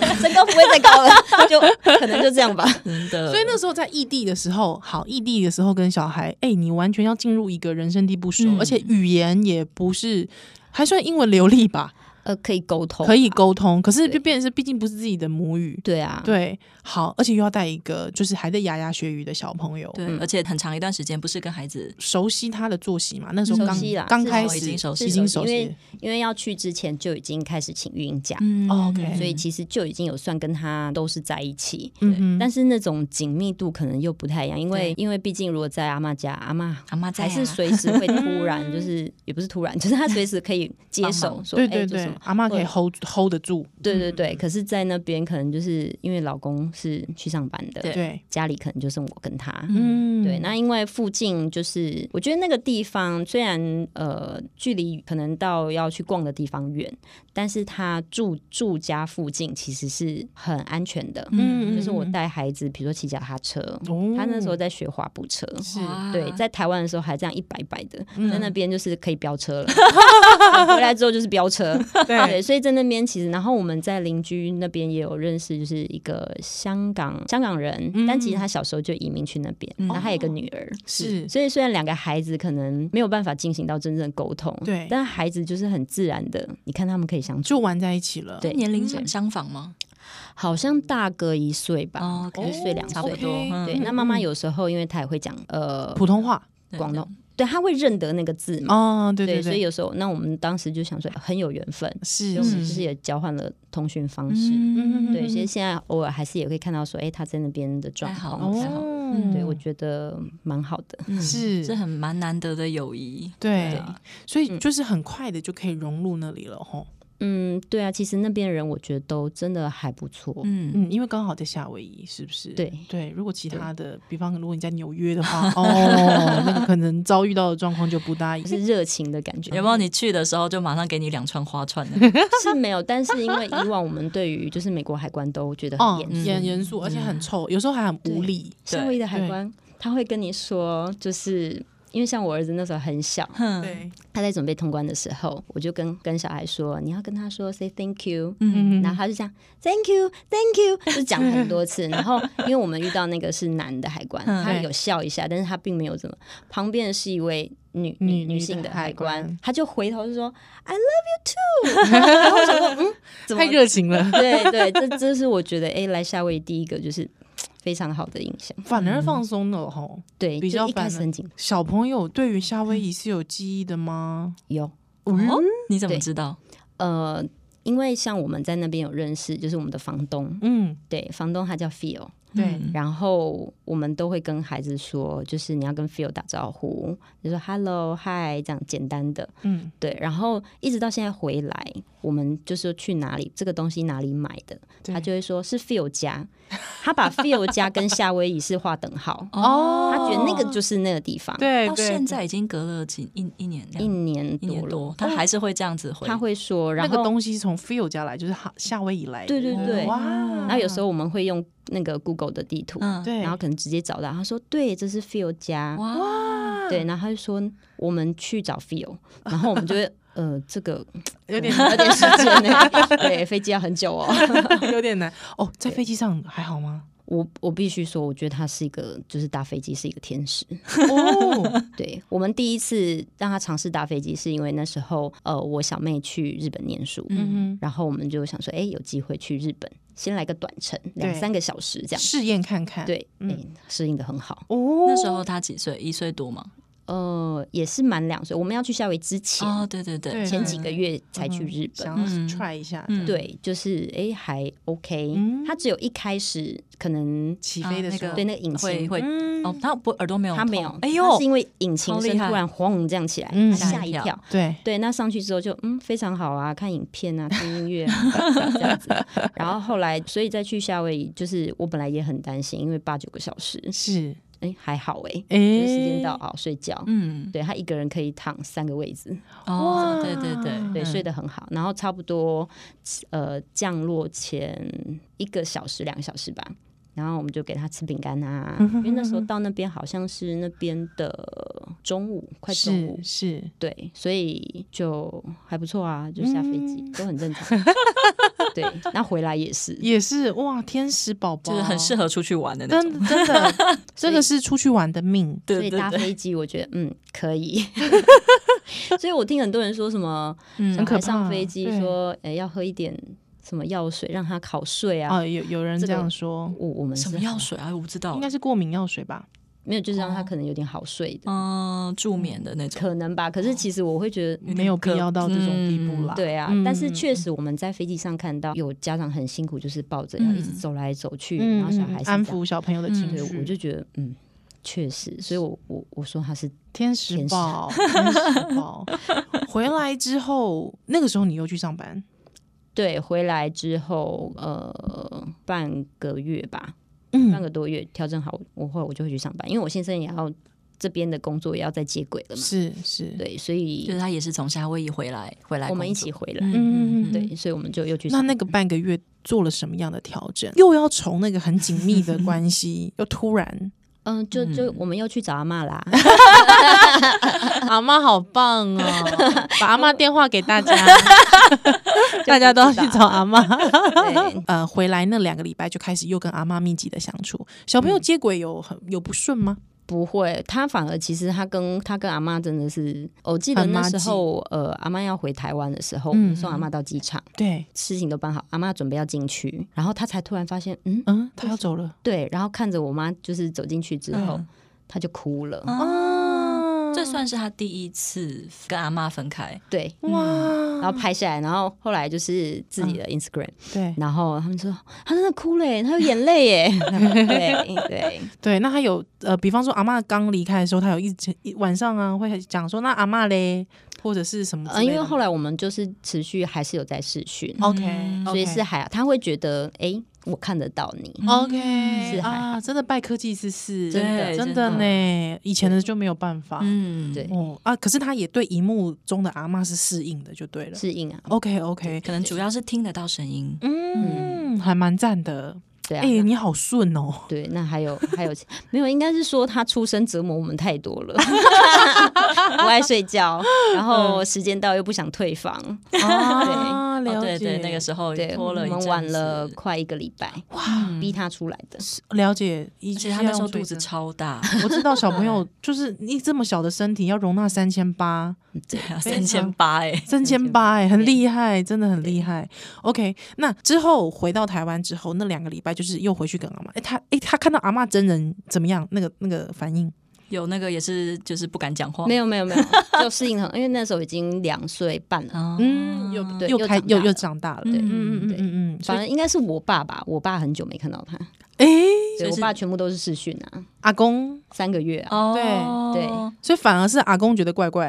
[SPEAKER 5] 长身高不会再高了，就可能就 这样吧。
[SPEAKER 3] 真的。
[SPEAKER 1] 所以那时候在异地的时候，好异地的时候跟小孩，哎、你完全要进入一个人生地不熟，
[SPEAKER 3] 嗯
[SPEAKER 1] 而且语言也不是还算英文流利吧，
[SPEAKER 5] 呃，可以沟通，
[SPEAKER 1] 可以。沟通，可是就
[SPEAKER 5] 对
[SPEAKER 1] 变成是毕竟不是自己的母语，
[SPEAKER 5] 对啊，
[SPEAKER 1] 对，好，而且又要带一个就是还在牙牙学语的小朋友，
[SPEAKER 3] 对，而且很长一段时间不是跟孩子
[SPEAKER 1] 熟悉他的作息嘛，那时候
[SPEAKER 5] 熟
[SPEAKER 1] 刚
[SPEAKER 5] 悉啦
[SPEAKER 1] 刚
[SPEAKER 5] 至
[SPEAKER 1] 开
[SPEAKER 5] 少
[SPEAKER 1] 始
[SPEAKER 3] 已经熟悉
[SPEAKER 1] 已经
[SPEAKER 5] 了
[SPEAKER 1] 熟
[SPEAKER 5] 因
[SPEAKER 1] 悉
[SPEAKER 5] 为，因为要去之前就已经开始请育婴假，
[SPEAKER 3] 嗯
[SPEAKER 1] 哦，OK
[SPEAKER 5] 所以其实就已经有算跟他都是在一起，
[SPEAKER 1] 嗯哼，
[SPEAKER 5] 但是那种紧密度可能又不太一样，因为因为毕竟如果在阿妈家，阿妈
[SPEAKER 3] 阿妈在
[SPEAKER 5] 还
[SPEAKER 3] 啊
[SPEAKER 5] 是随时会 突然就是也不是突然，就是她随时可以接
[SPEAKER 3] 帮
[SPEAKER 5] 手
[SPEAKER 3] 忙
[SPEAKER 5] 说，
[SPEAKER 1] 对
[SPEAKER 5] 哎
[SPEAKER 1] 对
[SPEAKER 5] 这
[SPEAKER 1] 对
[SPEAKER 5] 什么，
[SPEAKER 1] 阿妈可以
[SPEAKER 5] 或
[SPEAKER 1] hold hold 得住，
[SPEAKER 5] 对
[SPEAKER 3] 嗯
[SPEAKER 5] 对对。可是，在那边可能就是因为老公是去上班的，
[SPEAKER 3] 对
[SPEAKER 1] 对，
[SPEAKER 5] 家里可能就剩我跟他，
[SPEAKER 1] 嗯，
[SPEAKER 5] 对，那因为附近就是，我觉得那个地方虽然呃距离可能到要去逛的地方远，但是他住住家附近其实是很安全的。
[SPEAKER 1] 嗯
[SPEAKER 5] 就是我带孩子，比如说骑脚踏车，
[SPEAKER 1] 哦
[SPEAKER 5] 他那时候在学滑步车。
[SPEAKER 1] 是
[SPEAKER 3] 哇
[SPEAKER 5] 对，在台湾的时候还这样一摆一摆的，
[SPEAKER 1] 嗯
[SPEAKER 5] 在那边就是可以 飙车了，回来之后就是飙车。对，
[SPEAKER 1] 对
[SPEAKER 5] 所以在那边其实，然后我们在邻居那边也有认识，就是一个香港香港人，
[SPEAKER 1] 嗯哦
[SPEAKER 5] 但其实他小时候就移民去那边，然后他有个女儿。
[SPEAKER 1] 是
[SPEAKER 5] 所以虽然两个孩子可能没有办法进行到真正的沟通，
[SPEAKER 1] 对
[SPEAKER 5] 但孩子就是很自然的，你看他们可以相处，
[SPEAKER 1] 就玩在一起了，
[SPEAKER 5] 对
[SPEAKER 3] 年龄相相仿吗？
[SPEAKER 5] 好像大个一岁吧，
[SPEAKER 3] 哦
[SPEAKER 5] 一岁两
[SPEAKER 3] 差不
[SPEAKER 5] 岁，
[SPEAKER 3] 多。嗯
[SPEAKER 5] 对，那妈妈有时候因为她也会讲呃
[SPEAKER 1] 普通话
[SPEAKER 5] 广东，对，她会认得那个字嘛，
[SPEAKER 1] 嗯哦，对对
[SPEAKER 5] 嗯所以有时候那我们当时就想说很有缘分，
[SPEAKER 1] 是
[SPEAKER 5] 就我们
[SPEAKER 1] 是
[SPEAKER 5] 就是也交换了通讯方式，
[SPEAKER 1] 嗯
[SPEAKER 5] 对，其实现在偶尔还是也会看到说，哎、他在那边的状
[SPEAKER 3] 太好
[SPEAKER 5] 况，
[SPEAKER 3] 了，太好了
[SPEAKER 1] 哦，
[SPEAKER 5] 嗯对我觉得蛮好的。
[SPEAKER 3] 嗯
[SPEAKER 1] 是
[SPEAKER 3] 这很蛮难得的友谊。
[SPEAKER 1] 对
[SPEAKER 3] 啊
[SPEAKER 1] 所以就是很快的就可以融入那里了吼。
[SPEAKER 5] 嗯，对啊，其实那边人我觉得都真的还不错。
[SPEAKER 3] 嗯，
[SPEAKER 1] 嗯，因为刚好在夏威夷，是不是？
[SPEAKER 5] 对
[SPEAKER 1] 对，如果其他的，比方如果你在纽约的 话，哦，那个可能遭遇到的状况就不大一样。
[SPEAKER 5] 是热情 的感觉，
[SPEAKER 3] 有没有？你去的时候就马上给你两串花串的，
[SPEAKER 5] 是没有，但是因为以往我们对于就是美国海关都觉得很
[SPEAKER 1] 哦
[SPEAKER 5] 严，嗯
[SPEAKER 3] 肃
[SPEAKER 1] 严严肃，而且很臭，有时候还很无嗯理。
[SPEAKER 5] 夏威夷的海关他会跟你说，就是因为像我儿子那时候很小，
[SPEAKER 3] 哼，
[SPEAKER 1] 对，
[SPEAKER 5] 他在准备通关的时候，我就跟跟小孩说，你要跟他说 say thank you，
[SPEAKER 1] 嗯
[SPEAKER 5] 然后他就这样 Thank you, Thank you，就讲很 多次。然后因为我们遇到那个是男的海关，
[SPEAKER 3] 嗯
[SPEAKER 5] 他有笑一下，但是他并没有怎么。旁边是一位女
[SPEAKER 1] 女
[SPEAKER 5] 女
[SPEAKER 1] 女
[SPEAKER 5] 女性
[SPEAKER 1] 的
[SPEAKER 5] 的
[SPEAKER 1] 海
[SPEAKER 5] 海关
[SPEAKER 1] 关，
[SPEAKER 5] 他就回头就说 I love you too。然后我想说，嗯，怎么
[SPEAKER 1] 太？热情 了。
[SPEAKER 5] 对对，这这是我觉得，哎，来夏威夷第一个就是非常好的印象。
[SPEAKER 1] 反而放松了吼，
[SPEAKER 5] 对，
[SPEAKER 1] 比较
[SPEAKER 5] 就一
[SPEAKER 1] 反
[SPEAKER 5] 开始很紧
[SPEAKER 1] 小朋友对于夏威夷是有记忆的吗？
[SPEAKER 5] 有
[SPEAKER 3] 哦，你怎么
[SPEAKER 5] 嗯对
[SPEAKER 3] 知道？
[SPEAKER 5] 呃。因为像我们在那边有认识，就是我们的房东，
[SPEAKER 1] 嗯，
[SPEAKER 5] 对，房东他叫 Phil，
[SPEAKER 1] 对
[SPEAKER 3] 嗯
[SPEAKER 5] 然后我们都会跟孩子说，就是你要跟 Phil 打招呼，就说 Hello、Hi 这样简单的。
[SPEAKER 1] 嗯，
[SPEAKER 5] 对，然后一直到现在回来，我们就是说去哪里，这个东西哪里买的，
[SPEAKER 1] 对
[SPEAKER 5] 他就会说是 Phil 家，他把 Phil 家跟夏威夷是划等 号，
[SPEAKER 1] 哦
[SPEAKER 5] 他觉得那个就是那个地方。，
[SPEAKER 1] 对，
[SPEAKER 3] 到
[SPEAKER 1] 对
[SPEAKER 3] 现在已经隔了几一一年两
[SPEAKER 5] 一年
[SPEAKER 3] 一
[SPEAKER 5] 多
[SPEAKER 3] 年
[SPEAKER 5] 了，哦
[SPEAKER 3] 多，他还是会这样子回。
[SPEAKER 5] 他会说，
[SPEAKER 1] 那
[SPEAKER 5] 然
[SPEAKER 1] 个
[SPEAKER 5] 后
[SPEAKER 1] 东西是从 Phil 家来，就是哈夏威夷来的，
[SPEAKER 5] 对对对
[SPEAKER 1] 哇，
[SPEAKER 5] 然后有时候我们会用那个 Google 的地图，
[SPEAKER 3] 嗯，
[SPEAKER 1] 啊对，
[SPEAKER 5] 然后可能直接找到，他说对，这是 Phil 家，
[SPEAKER 3] 哇，
[SPEAKER 1] 嗯
[SPEAKER 5] 对，然后他就说我们去找 Phil，然 后我们就会呃，这个
[SPEAKER 1] 有 点
[SPEAKER 5] 有点时间呢，对，飞机要很久哦。
[SPEAKER 1] 有点难哦，在飞机上还好吗？
[SPEAKER 5] 我我必须说，我觉得他是一个，就是搭飞机是一个天使。
[SPEAKER 1] 哦，
[SPEAKER 5] 对我们第一次让他尝试搭飞机，是因为那时候呃，我小妹去日本念书，
[SPEAKER 1] 嗯
[SPEAKER 5] 然后我们就想说，哎、有机会去日本，先来个短程，两三个小时这
[SPEAKER 1] 哼，
[SPEAKER 5] 样。
[SPEAKER 1] 试验看看，，
[SPEAKER 5] 对，哎、
[SPEAKER 1] 嗯
[SPEAKER 5] 适应的很好。
[SPEAKER 1] 哦，
[SPEAKER 3] 那时候他几岁？一岁多吗？
[SPEAKER 5] 呃，也是满两岁，我们要去夏威夷之前，
[SPEAKER 3] 哦，对对对，
[SPEAKER 1] 对
[SPEAKER 5] 前几个月才去日本。
[SPEAKER 1] 想要
[SPEAKER 3] 嗯
[SPEAKER 1] try 一下，
[SPEAKER 3] 嗯，
[SPEAKER 5] 对，就是哎、还 OK，、
[SPEAKER 1] 嗯
[SPEAKER 5] 他只有一开始可能
[SPEAKER 1] 起飞的时候，
[SPEAKER 3] 啊
[SPEAKER 5] 对那个引
[SPEAKER 3] 会
[SPEAKER 5] 擎，
[SPEAKER 3] 会
[SPEAKER 1] 嗯
[SPEAKER 3] 哦，他不耳朵没有
[SPEAKER 5] 他没
[SPEAKER 3] 痛
[SPEAKER 5] 有，
[SPEAKER 3] 哎
[SPEAKER 5] 他
[SPEAKER 3] 呦
[SPEAKER 5] 是，因为引擎
[SPEAKER 3] 超厉
[SPEAKER 5] 声
[SPEAKER 3] 害
[SPEAKER 5] 突然轰这样起来，
[SPEAKER 1] 嗯
[SPEAKER 5] 他吓一
[SPEAKER 3] 吓一
[SPEAKER 5] 跳
[SPEAKER 3] 跳。
[SPEAKER 1] 对，
[SPEAKER 5] 对，那上去之后就嗯非常好啊， 看影片啊，听 音乐啊这样子。然后后来，所以再去夏威夷，就是我本来也很担心，因为八九个小时，
[SPEAKER 1] 是，
[SPEAKER 5] 哎还好哎、
[SPEAKER 1] 哎，
[SPEAKER 5] 就是时间到，好睡觉。
[SPEAKER 3] 嗯，
[SPEAKER 5] 对他一个人可以躺三个位置，
[SPEAKER 3] 哦
[SPEAKER 1] 哇，
[SPEAKER 3] 对对对
[SPEAKER 5] 对，
[SPEAKER 3] 嗯
[SPEAKER 5] 睡得很好。然后差不多呃降落前一个小时、两个小时吧，然后我们就给他吃饼干啊，
[SPEAKER 3] 嗯
[SPEAKER 5] 因为那时候到那边好像是那边的中午，快中午
[SPEAKER 1] 是，是，
[SPEAKER 5] 对，所以就还不错啊，就下飞机、
[SPEAKER 3] 嗯
[SPEAKER 5] 都很正常。 对，那回来也是，
[SPEAKER 1] 也是哇，天使宝宝
[SPEAKER 3] 就是很适合出去玩的那
[SPEAKER 1] 真
[SPEAKER 3] 种。
[SPEAKER 1] 的真 的，这个是出去玩的命，
[SPEAKER 5] 所
[SPEAKER 3] 对
[SPEAKER 5] 以
[SPEAKER 3] 对
[SPEAKER 5] 搭
[SPEAKER 3] 对，
[SPEAKER 5] 飞机我觉得嗯可以。 所以我听很多人说什么，
[SPEAKER 3] 嗯
[SPEAKER 5] 小
[SPEAKER 1] 很可
[SPEAKER 5] 孩
[SPEAKER 1] 怕
[SPEAKER 5] 上飞机
[SPEAKER 1] 对
[SPEAKER 5] 说，呃，要喝一点什么药水让他烤睡啊。
[SPEAKER 1] 哦，有有人
[SPEAKER 5] 这
[SPEAKER 1] 这
[SPEAKER 5] 个哦
[SPEAKER 1] 样说，
[SPEAKER 5] 我我们是
[SPEAKER 3] 什么药水啊？我不知道
[SPEAKER 1] 应，该是过敏药水吧？
[SPEAKER 5] 没有，就是让
[SPEAKER 1] 哦
[SPEAKER 5] 他可能有点好睡的，
[SPEAKER 3] 嗯，助眠的那种。
[SPEAKER 5] 可能吧。可是其实我会觉得。
[SPEAKER 1] 没有必要到这种地步
[SPEAKER 3] 嗯
[SPEAKER 1] 啦。
[SPEAKER 5] 对啊，
[SPEAKER 1] 嗯
[SPEAKER 5] 但是确实我们在飞机上看到有家长很辛苦，就是抱着要一直
[SPEAKER 3] 嗯
[SPEAKER 5] 走来走去，
[SPEAKER 1] 嗯，
[SPEAKER 5] 然后小孩
[SPEAKER 1] 嗯
[SPEAKER 5] 是这样
[SPEAKER 1] 安抚小朋友的情
[SPEAKER 5] 对，
[SPEAKER 1] 绪，
[SPEAKER 5] 我就觉得嗯，确实，所以我我我说他是
[SPEAKER 1] 天使
[SPEAKER 5] 天使
[SPEAKER 1] 宝，天使宝。回来之后，那个时候你又去上班，
[SPEAKER 5] 对回来之后呃半个月吧，半
[SPEAKER 1] 嗯，
[SPEAKER 5] 个多月调整好，我会我就会去上班，因为我先生也要这边的工作也要再接轨了嘛，
[SPEAKER 1] 是是，
[SPEAKER 5] 对，所
[SPEAKER 3] 就
[SPEAKER 5] 以
[SPEAKER 3] 是他也是从夏威夷回来，回来
[SPEAKER 5] 我们一
[SPEAKER 3] 工作
[SPEAKER 5] 起回来，
[SPEAKER 1] 嗯嗯嗯
[SPEAKER 5] 对，所以我们就又去
[SPEAKER 1] 那
[SPEAKER 5] 上
[SPEAKER 1] 那个半个月做了什么样的调整？又要从那个很紧密的关系，又突然，
[SPEAKER 5] 嗯，就就我们又去找阿妈啦，
[SPEAKER 1] 阿妈好棒 哦，把阿妈电话给大 家，大家都要去找阿妈。
[SPEAKER 5] 对，
[SPEAKER 1] 呃，回来那两个礼拜就开始又跟阿妈密集的相处。小朋友接轨有很有不顺吗？
[SPEAKER 5] 不会，他反而其实他跟他跟阿妈真的是，我记得
[SPEAKER 1] 很
[SPEAKER 5] 那
[SPEAKER 1] 妈
[SPEAKER 5] 时
[SPEAKER 1] 鸡
[SPEAKER 5] 候呃阿妈要回台湾的时候，我们送阿妈到机场，
[SPEAKER 1] 对，
[SPEAKER 5] 事情都办好，阿妈准备要进去，然后他才突然发现，嗯，
[SPEAKER 1] 嗯，他要走了
[SPEAKER 5] 对，然后看着我妈就是走进去之后，她就哭了。
[SPEAKER 3] 嗯
[SPEAKER 1] 啊，
[SPEAKER 5] 哦
[SPEAKER 3] 这算是他第一次跟阿妈分开，
[SPEAKER 5] 对，
[SPEAKER 1] 哇，
[SPEAKER 5] 然后拍下来，然后后来就是自己的 Instagram，、
[SPEAKER 1] 对
[SPEAKER 5] 然后他们说啊她真的哭了耶，她有眼泪耶。对对，
[SPEAKER 1] 对，那他有呃，比方说阿妈刚离开的时候，他有一直一晚上啊会讲说那阿妈嘞，或者是什么之
[SPEAKER 5] 呃，
[SPEAKER 1] 类
[SPEAKER 5] 因
[SPEAKER 1] 的吗，
[SPEAKER 5] 为后来我们就是持续还是有在视讯，
[SPEAKER 1] 哦 OK，,
[SPEAKER 3] 嗯
[SPEAKER 5] 所以是还她会觉得哎、我看得到你。
[SPEAKER 1] OK
[SPEAKER 5] 是还好
[SPEAKER 1] 啊，真的拜科技之是
[SPEAKER 5] 真的
[SPEAKER 3] 对
[SPEAKER 1] 真的呢，以前的就没有办法。
[SPEAKER 3] 嗯，
[SPEAKER 5] 对，
[SPEAKER 1] 哦啊，可是他也对荧幕中的阿妈是适应的，就对了。
[SPEAKER 5] 适应啊，
[SPEAKER 1] OK OK，
[SPEAKER 3] 可能主要是听得到声音，
[SPEAKER 1] 嗯，还蛮赞的。
[SPEAKER 5] 对啊。
[SPEAKER 1] 哎、你好顺 哦，
[SPEAKER 5] 对，那还有还有没有？应该是说他出生折磨我们太多 了，不爱睡觉，然
[SPEAKER 3] 嗯
[SPEAKER 5] 后时间到又不想退房，
[SPEAKER 1] 啊，
[SPEAKER 3] 哦
[SPEAKER 1] 了解、
[SPEAKER 3] 对对，那个时候
[SPEAKER 5] 对，
[SPEAKER 3] 拖
[SPEAKER 5] 我
[SPEAKER 3] 了一阵
[SPEAKER 5] 们
[SPEAKER 3] 子，
[SPEAKER 5] 晚了快一个礼拜，哇，逼他出来的，
[SPEAKER 1] 了解。以
[SPEAKER 3] 而且
[SPEAKER 1] 前
[SPEAKER 3] 他那时候肚子超大，
[SPEAKER 1] 我知道小朋 友就是你这么小的身体要容纳三千八，
[SPEAKER 3] 对啊，
[SPEAKER 1] 非常
[SPEAKER 3] 三千八哎，
[SPEAKER 1] 三千八哎，很厉害，真的很厉害。OK，那之后回到台湾之后，那两个礼拜就是又回去跟阿妈。哎、他哎、他看到阿妈真人怎么样？那个那个反应
[SPEAKER 3] 有那个也是就是不敢讲话，
[SPEAKER 5] 没有没 有没有，就适应很，因为那时候已经两岁半了，
[SPEAKER 3] 啊，
[SPEAKER 1] 嗯，又
[SPEAKER 5] 对
[SPEAKER 1] 又
[SPEAKER 5] 又
[SPEAKER 1] 开
[SPEAKER 5] 长大
[SPEAKER 1] 又
[SPEAKER 5] 了
[SPEAKER 1] 又长大了。
[SPEAKER 5] 对
[SPEAKER 1] 嗯嗯嗯嗯嗯，所
[SPEAKER 5] 反
[SPEAKER 1] 以
[SPEAKER 5] 正应该是我爸爸，我爸很久没看到他，
[SPEAKER 1] 哎、
[SPEAKER 3] 所
[SPEAKER 5] 对
[SPEAKER 3] 以
[SPEAKER 5] 我
[SPEAKER 3] 是
[SPEAKER 5] 爸全部都是视讯啊，
[SPEAKER 1] 阿公，
[SPEAKER 5] 三个月啊，
[SPEAKER 3] 哦，
[SPEAKER 5] 对
[SPEAKER 1] 所以反而是阿公觉得怪 怪，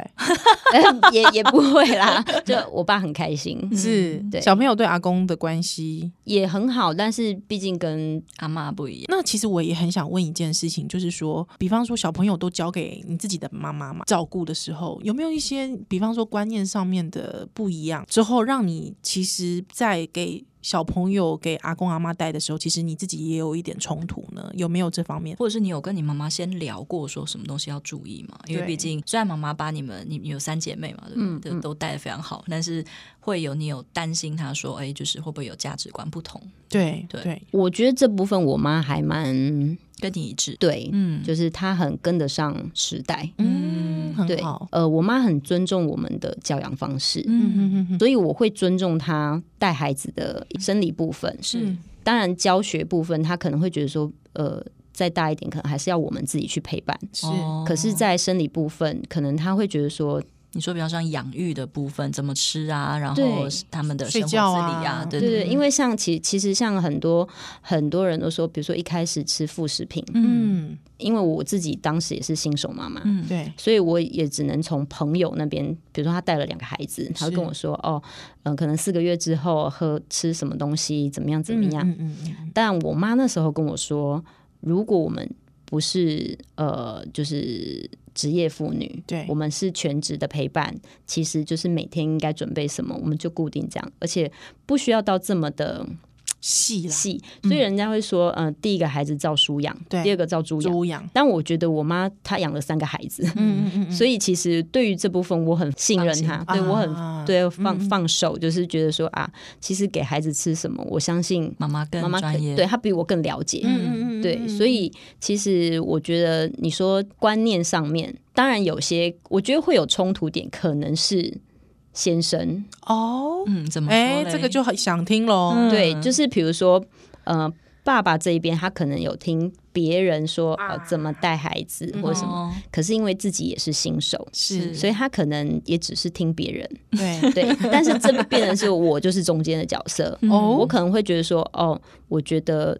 [SPEAKER 5] 嗯也也不会啦，就我爸很开心，
[SPEAKER 1] 是
[SPEAKER 5] 对
[SPEAKER 1] 小朋友对阿公的关系。
[SPEAKER 5] 也很好，但是毕竟跟
[SPEAKER 3] 阿妈不一样，
[SPEAKER 1] 那其实我也很想问一件事情，就是说，比方说小朋友都交给你自己的妈妈嘛照顾的时候，有没有一些，比方说观念上面的不一样，之后让你其实，在给小朋友给阿公阿妈带的时候，其实你自己也有一点冲突呢？有没有这方面？
[SPEAKER 3] 或者是你有跟你妈妈先聊过说什么东西要注意吗？因为
[SPEAKER 1] 对
[SPEAKER 3] 毕竟虽然妈妈把你们你你有三姐妹嘛，对不
[SPEAKER 5] 嗯
[SPEAKER 3] 对？都都带的非常好，但是会有你有担心她说，哎，就是会不会有价值观不同，
[SPEAKER 1] 对
[SPEAKER 3] 对
[SPEAKER 1] 对，
[SPEAKER 5] 我觉得这部分我妈还蛮
[SPEAKER 3] 跟你一致？
[SPEAKER 5] 对，
[SPEAKER 3] 嗯，
[SPEAKER 5] 就是她很跟得上时代，
[SPEAKER 1] 嗯，很
[SPEAKER 5] 对
[SPEAKER 1] 好，，
[SPEAKER 5] 呃，我妈很尊重我们的教养方式，
[SPEAKER 3] 嗯，
[SPEAKER 1] 嗯嗯
[SPEAKER 5] 所以我会尊重她带孩子的生理部分，
[SPEAKER 3] 是
[SPEAKER 5] 当然教学部分，她可能会觉得说，呃，再大一点，可能还是要我们自己去陪伴。
[SPEAKER 1] 是
[SPEAKER 3] 哦
[SPEAKER 5] 可是，在生理部分，可能她会觉得说，
[SPEAKER 3] 你说比方像养育的部分，怎么吃啊，然后
[SPEAKER 5] 对
[SPEAKER 3] 他们的
[SPEAKER 1] 睡
[SPEAKER 3] 生活自理
[SPEAKER 1] 觉
[SPEAKER 3] 啊
[SPEAKER 1] 啊，
[SPEAKER 3] 对
[SPEAKER 5] 对对，嗯因为像其其实像很多很多人都说，比如说一开始吃副食品，
[SPEAKER 1] 嗯，
[SPEAKER 5] 因为我自己当时也是新手妈妈，
[SPEAKER 3] 嗯，
[SPEAKER 1] 对，
[SPEAKER 5] 所以我也只能从朋友那边，比如说他带了两个孩子，他会
[SPEAKER 1] 是
[SPEAKER 5] 跟我说，哦，嗯、可能四个月之后喝吃什么东西，怎么样怎么样。
[SPEAKER 1] 嗯嗯嗯嗯，
[SPEAKER 5] 但我妈那时候跟我说，如果我们不是呃，就是职业妇女，
[SPEAKER 1] 对
[SPEAKER 5] 我们是全职的陪伴，其实就是每天应该准备什么，我们就固定这样，而且不需要到这么的
[SPEAKER 1] 细啦，
[SPEAKER 5] 细。所以人家会说，嗯、第一个孩子照书养，
[SPEAKER 1] 对
[SPEAKER 5] 第二个照猪养。
[SPEAKER 1] 猪养，
[SPEAKER 5] 但我觉得我妈她养了三个孩子，
[SPEAKER 1] 嗯嗯嗯，
[SPEAKER 5] 所以其实对于这部分我很信任他，
[SPEAKER 1] 放
[SPEAKER 5] 对
[SPEAKER 1] 心
[SPEAKER 5] 我很、
[SPEAKER 1] 啊
[SPEAKER 5] 对放放手，就是觉得说啊，其实给孩子吃什么，我相信
[SPEAKER 3] 妈妈更
[SPEAKER 5] 妈妈可
[SPEAKER 3] 专业，
[SPEAKER 5] 对他比我更了解。
[SPEAKER 1] 嗯嗯嗯，
[SPEAKER 5] 对，
[SPEAKER 1] 嗯
[SPEAKER 5] 所以其实我觉得你说观念上面，当然有些我觉得会有冲突点，可能是先生，
[SPEAKER 1] 哦，
[SPEAKER 3] 嗯，怎么说
[SPEAKER 1] 哎，
[SPEAKER 3] 嘞
[SPEAKER 1] 这个就很想听喽，
[SPEAKER 3] 嗯
[SPEAKER 5] 对，就是比如说呃，爸爸这一边他可能有听别人说呃
[SPEAKER 1] 啊
[SPEAKER 5] 怎么带孩子或什么，
[SPEAKER 3] 哦
[SPEAKER 5] 可是因为自己也是新手，
[SPEAKER 1] 嗯是，
[SPEAKER 5] 所以他可能也只是听别人，
[SPEAKER 1] 对，
[SPEAKER 5] 对，但是这变成是我就是中间的角色，
[SPEAKER 3] 嗯
[SPEAKER 1] 哦
[SPEAKER 5] 我可能会觉得说，哦，我觉得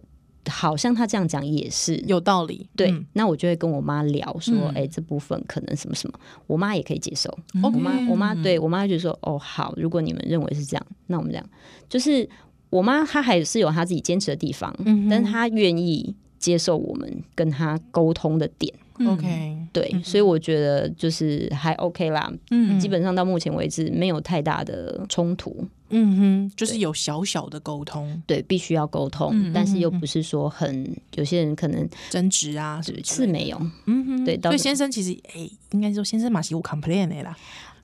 [SPEAKER 5] 好像他这样讲也是。
[SPEAKER 1] 有道理，
[SPEAKER 5] 对，
[SPEAKER 1] 嗯
[SPEAKER 5] 那我就会跟我妈聊说，
[SPEAKER 3] 嗯
[SPEAKER 5] 哎、这部分可能什么什么，我妈也可以接受。
[SPEAKER 1] 我
[SPEAKER 5] 我妈，我
[SPEAKER 1] 嗯
[SPEAKER 5] 妈对我妈就说，哦，好，如果你们认为是这样，那我们这样，就是我妈她还是有她自己坚持的地方，
[SPEAKER 1] 嗯哼
[SPEAKER 5] 但是她愿意接受我们跟她沟通的点。
[SPEAKER 3] 嗯
[SPEAKER 1] ，OK，
[SPEAKER 5] 对，所以我觉得就是还 OK 啦，
[SPEAKER 3] 嗯
[SPEAKER 5] 基本上到目前为止没有太大的冲突。
[SPEAKER 1] 嗯哼，就是有小小的沟通、
[SPEAKER 5] 对，必须要沟通，
[SPEAKER 3] 嗯
[SPEAKER 5] 但是又不是说很，有些人可能
[SPEAKER 1] 争执啊什
[SPEAKER 5] 是
[SPEAKER 1] 么之
[SPEAKER 5] 是
[SPEAKER 1] 类的，
[SPEAKER 5] 没有，
[SPEAKER 1] 嗯哼，
[SPEAKER 5] 对到
[SPEAKER 1] 所以
[SPEAKER 5] 底
[SPEAKER 1] 先生其实，哎，应该说先生马西我 complain 的啦，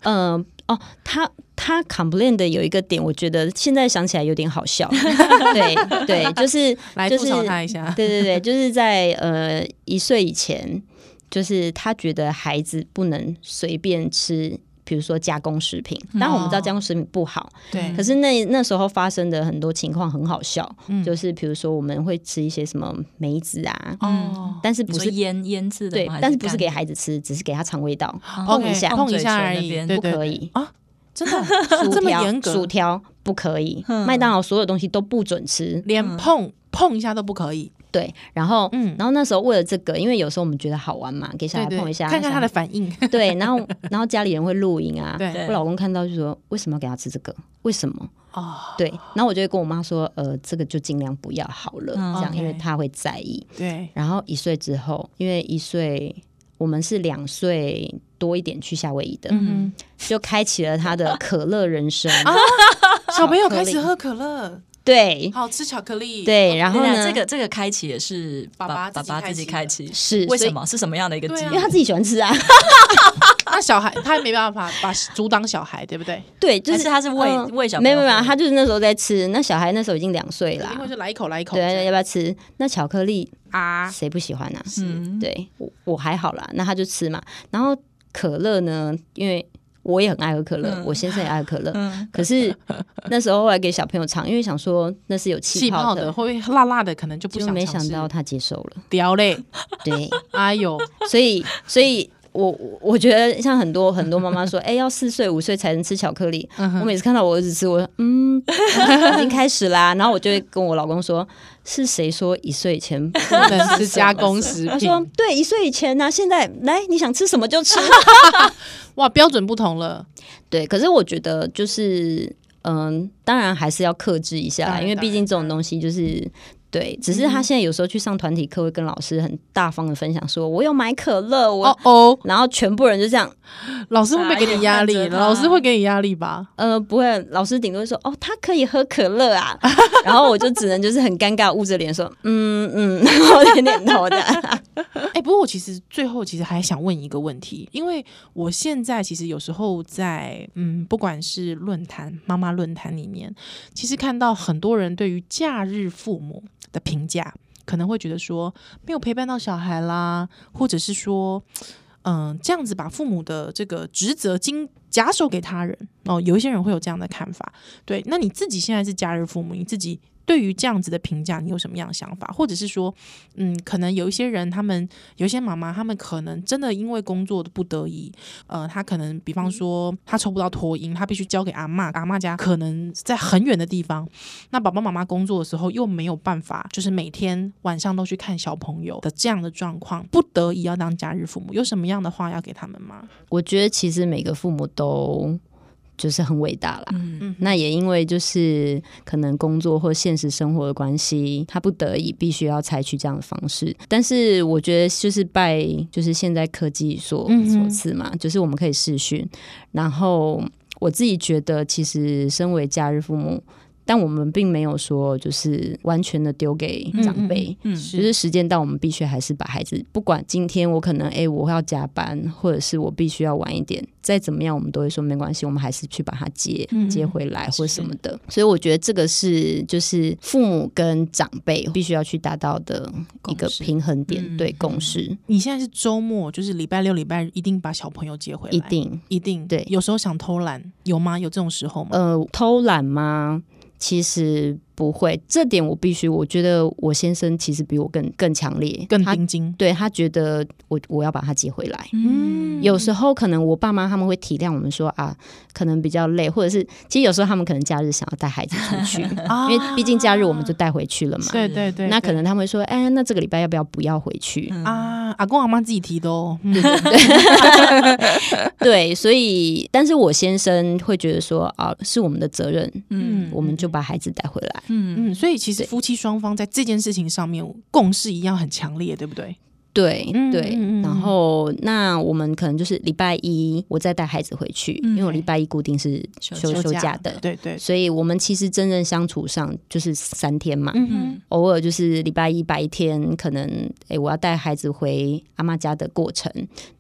[SPEAKER 5] 嗯、哦，他他 complain 的有一个点，我觉得现在想起来有点好笑，对对，就是
[SPEAKER 1] 来
[SPEAKER 5] 就
[SPEAKER 1] 吐
[SPEAKER 5] 是
[SPEAKER 1] 槽他一下，
[SPEAKER 5] 对对对，就是在呃一岁以前，就是他觉得孩子不能随便吃。比如说加工食品，当然我们知道加工食品不好，
[SPEAKER 1] 对，
[SPEAKER 5] 可是那那时候发生的很多情况很好笑，
[SPEAKER 1] 嗯
[SPEAKER 5] 就是比如说我们会吃一些什么梅子啊，
[SPEAKER 1] 哦
[SPEAKER 5] 但是
[SPEAKER 3] 你
[SPEAKER 5] 不
[SPEAKER 3] 说
[SPEAKER 5] 是
[SPEAKER 3] 腌腌制的
[SPEAKER 5] 对
[SPEAKER 3] 吗，还
[SPEAKER 5] 但是不是
[SPEAKER 3] 干
[SPEAKER 5] 给
[SPEAKER 3] 的
[SPEAKER 5] 孩子吃，只是给他尝味道，
[SPEAKER 3] 哦
[SPEAKER 5] 碰一下
[SPEAKER 1] 碰一
[SPEAKER 3] 嘴
[SPEAKER 1] 下
[SPEAKER 3] 唇
[SPEAKER 1] 而
[SPEAKER 3] 那
[SPEAKER 1] 已，
[SPEAKER 3] 边
[SPEAKER 1] 对
[SPEAKER 5] 不
[SPEAKER 1] 对
[SPEAKER 5] 可以。
[SPEAKER 1] 真的
[SPEAKER 5] 薯
[SPEAKER 1] 这么
[SPEAKER 5] 条
[SPEAKER 1] 严、格
[SPEAKER 5] 薯，条不可以，麦当劳所有东西都不准吃。
[SPEAKER 1] 连碰碰一下都不可以，
[SPEAKER 5] 对，然后，
[SPEAKER 1] 嗯
[SPEAKER 5] 然后那时候为了这个，因为有时候我们觉得好玩嘛，给小
[SPEAKER 1] 对
[SPEAKER 5] 孩
[SPEAKER 1] 对
[SPEAKER 5] 碰一下，
[SPEAKER 1] 看看他的
[SPEAKER 5] 小
[SPEAKER 1] 反应，
[SPEAKER 5] 孩。对，然后，然后家里人会录影啊。
[SPEAKER 1] 对
[SPEAKER 5] 我老公看到就说：“为什么要给他吃这个？为什么
[SPEAKER 1] 哦，？”
[SPEAKER 5] 对，然后我就会跟我妈说：“呃，这个就尽量不要好了，
[SPEAKER 3] 嗯
[SPEAKER 5] 这样，因为
[SPEAKER 1] OK
[SPEAKER 5] 他会在意。”
[SPEAKER 1] 对，
[SPEAKER 5] 然后一岁之后，因为一岁，我们是两岁多一点去夏威夷的，
[SPEAKER 1] 嗯
[SPEAKER 5] 就开启了他的可乐人生。
[SPEAKER 3] 啊
[SPEAKER 1] 哼，小朋友
[SPEAKER 5] 巧克
[SPEAKER 1] 开始
[SPEAKER 5] 力
[SPEAKER 1] 喝可乐，
[SPEAKER 5] 对
[SPEAKER 1] 好吃巧克力，，
[SPEAKER 5] 对，然后
[SPEAKER 3] 等一下
[SPEAKER 5] 呢，
[SPEAKER 3] 哦这个这个开启也是
[SPEAKER 1] 爸爸
[SPEAKER 3] 爸
[SPEAKER 1] 自己
[SPEAKER 3] 爸
[SPEAKER 1] 开
[SPEAKER 3] 自己
[SPEAKER 1] 启
[SPEAKER 3] 开
[SPEAKER 1] 的
[SPEAKER 3] 启，
[SPEAKER 5] 是
[SPEAKER 3] 为
[SPEAKER 5] 所
[SPEAKER 3] 什
[SPEAKER 5] 以
[SPEAKER 3] 么？是什么样的一个
[SPEAKER 1] 对
[SPEAKER 3] 机
[SPEAKER 1] 啊
[SPEAKER 5] 因为
[SPEAKER 3] 遇？
[SPEAKER 5] 他自己喜欢吃啊，
[SPEAKER 1] 那啊小孩他也没办法把阻挡小孩，对不对？
[SPEAKER 5] 对，就
[SPEAKER 3] 还是他是喂
[SPEAKER 5] 嗯
[SPEAKER 3] 喂小
[SPEAKER 5] 没有
[SPEAKER 3] 朋
[SPEAKER 5] 没
[SPEAKER 3] 友
[SPEAKER 5] 有，
[SPEAKER 3] 喝
[SPEAKER 5] 他就是那时候在吃，那小孩那时候已经两岁啦
[SPEAKER 1] 因为，就来一口来一口这样，
[SPEAKER 5] 对，要不要吃？那巧克力
[SPEAKER 1] 啊，
[SPEAKER 5] 谁不喜欢啊？
[SPEAKER 3] 嗯，
[SPEAKER 5] 对我我还好啦，那他就吃嘛。然后可乐呢，因为我也很爱喝可
[SPEAKER 1] 嗯
[SPEAKER 5] 乐，我先生也爱喝可乐，可是那时候后来给小朋友尝，因为想说那是有
[SPEAKER 1] 气
[SPEAKER 5] 气
[SPEAKER 1] 泡
[SPEAKER 5] 泡
[SPEAKER 1] 的
[SPEAKER 5] 的，
[SPEAKER 1] 会不会辣辣的，可能就不
[SPEAKER 5] 就
[SPEAKER 1] 想
[SPEAKER 5] 没
[SPEAKER 1] 尝
[SPEAKER 5] 想
[SPEAKER 1] 试
[SPEAKER 5] 到他接受了，
[SPEAKER 1] 屌嘞，
[SPEAKER 5] 对，
[SPEAKER 1] 哎呦，
[SPEAKER 5] 所以所以我我我觉得像很多很多妈妈说，哎、要四岁五岁才能吃巧克力。
[SPEAKER 1] 嗯
[SPEAKER 5] 我每次看到我儿子吃，我说嗯，已经开始啦。然后我就会跟我老公说，是谁说一岁以前不
[SPEAKER 1] 不能吃加工食
[SPEAKER 5] 他
[SPEAKER 1] 品。
[SPEAKER 5] 说对，一岁以前呢、啊现在来你想吃什么就吃。
[SPEAKER 1] 哇，标准不同了，
[SPEAKER 5] 对，可是我觉得就是嗯，当然还是要克制一下
[SPEAKER 1] 当
[SPEAKER 5] 啦，
[SPEAKER 1] 然嗯
[SPEAKER 5] 因为毕竟这种东西就是。对，只是他现在有时候去上团体课，会跟老师很大方的分享说，我有买可乐，我，
[SPEAKER 1] 哦哦，
[SPEAKER 5] 然后全部人就这样，
[SPEAKER 1] 老师会不会给你压力？
[SPEAKER 3] 傻眼看着他
[SPEAKER 1] 老师会给你压力吧？
[SPEAKER 5] 呃，不会，老师顶多说，哦，他可以喝可乐啊， 然后我就只能就是很尴尬，捂着脸说，嗯嗯， 然后点点头的，
[SPEAKER 1] 哎、不过我其实最后其实还想问一个问题，因为我现在其实有时候在嗯，不管是论坛、妈妈论坛里面，其实看到很多人对于假日父母的评价，可能会觉得说没有陪伴到小孩啦，或者是说。嗯，这样子把父母的这个职责经假手给他人哦，有一些人会有这样的看法。对，那你自己现在是假日父母，你自己对于这样子的评价，你有什么样的想法？或者是说，嗯，可能有一些人，他们有一些妈妈，他们可能真的因为工作的不得已，呃，她可能比
[SPEAKER 5] 嗯
[SPEAKER 1] 方说她抽不到托婴，她必须交给阿嬷，阿嬷家可能在很远的地方，那爸爸妈妈工作的时候又没有办法，就是每天晚上都去看小朋友的这样的状况，不得已要当假日父母，有什么样的话要给他们吗？
[SPEAKER 5] 我觉得其实每个父母都就是很伟大啦。
[SPEAKER 3] 嗯，
[SPEAKER 5] 那也因为就是可能工作或现实生活的关系，他不得已必须要采取这样的方式。但是我觉得就是拜就是现在科技所
[SPEAKER 1] 嗯哼
[SPEAKER 5] 所赐嘛，就是我们可以视讯。然后我自己觉得，其实身为假日父母，但我们并没有说就是完全的丢给长辈。
[SPEAKER 3] 嗯
[SPEAKER 5] 就是时间到，我们必须还是把孩子，不管今天我可能诶我要加班，或者是我必须要晚一点，再怎么样，我们都会说没关系，我们还是去把他接、
[SPEAKER 1] 嗯
[SPEAKER 5] 接回来或什么的。所以我觉得这个是就是父母跟长辈必须要去达到的一个
[SPEAKER 3] 共识
[SPEAKER 5] 平衡点，
[SPEAKER 3] 嗯
[SPEAKER 5] 对共识
[SPEAKER 1] 你现在是周末，就是礼拜六、礼拜日一定把小朋友接回来，
[SPEAKER 5] 一定。
[SPEAKER 1] 一定
[SPEAKER 5] 对
[SPEAKER 1] 有时候想偷懒，有吗？有这种时候吗？
[SPEAKER 5] 呃，偷懒吗？其实不会，这点我必须，我觉得我先生其实比我更更强烈，
[SPEAKER 1] 更
[SPEAKER 5] 他
[SPEAKER 1] 盯紧，
[SPEAKER 5] 对他觉得我我要把他接回来。
[SPEAKER 1] 嗯
[SPEAKER 5] 有时候可能我爸妈他们会体谅我们说啊，可能比较累，或者是其实有时候他们可能假日想要带孩子出 去，
[SPEAKER 1] 啊
[SPEAKER 5] 因为毕竟假日我们就带回去了嘛。
[SPEAKER 1] 对对对，
[SPEAKER 5] 那
[SPEAKER 1] 对
[SPEAKER 5] 可能他们会说，哎，那这个礼拜要不要不要回去？
[SPEAKER 3] 嗯
[SPEAKER 1] 啊，阿公阿妈自己提的哦，嗯
[SPEAKER 5] 对，所以但是我先生会觉得说啊，是我们的责任，
[SPEAKER 1] 嗯
[SPEAKER 5] 我们就把孩子带回来。
[SPEAKER 1] 嗯，所以其实
[SPEAKER 5] 对
[SPEAKER 1] 夫妻双方在这件事情上面共识一样很强烈，对不对？
[SPEAKER 5] 对
[SPEAKER 1] 嗯
[SPEAKER 5] 对
[SPEAKER 1] 嗯嗯，
[SPEAKER 5] 然后那我们可能就是礼拜一我再带孩子回去，因为我礼拜一固定是
[SPEAKER 3] 休
[SPEAKER 5] 休
[SPEAKER 1] 嗯休
[SPEAKER 5] 休
[SPEAKER 1] 假
[SPEAKER 5] 假的，
[SPEAKER 1] 对对，
[SPEAKER 5] 所以我们其实真正相处上就是三天嘛。
[SPEAKER 1] 嗯
[SPEAKER 5] 偶尔就是礼拜一白天，可能诶、我要带孩子回阿妈家的过程，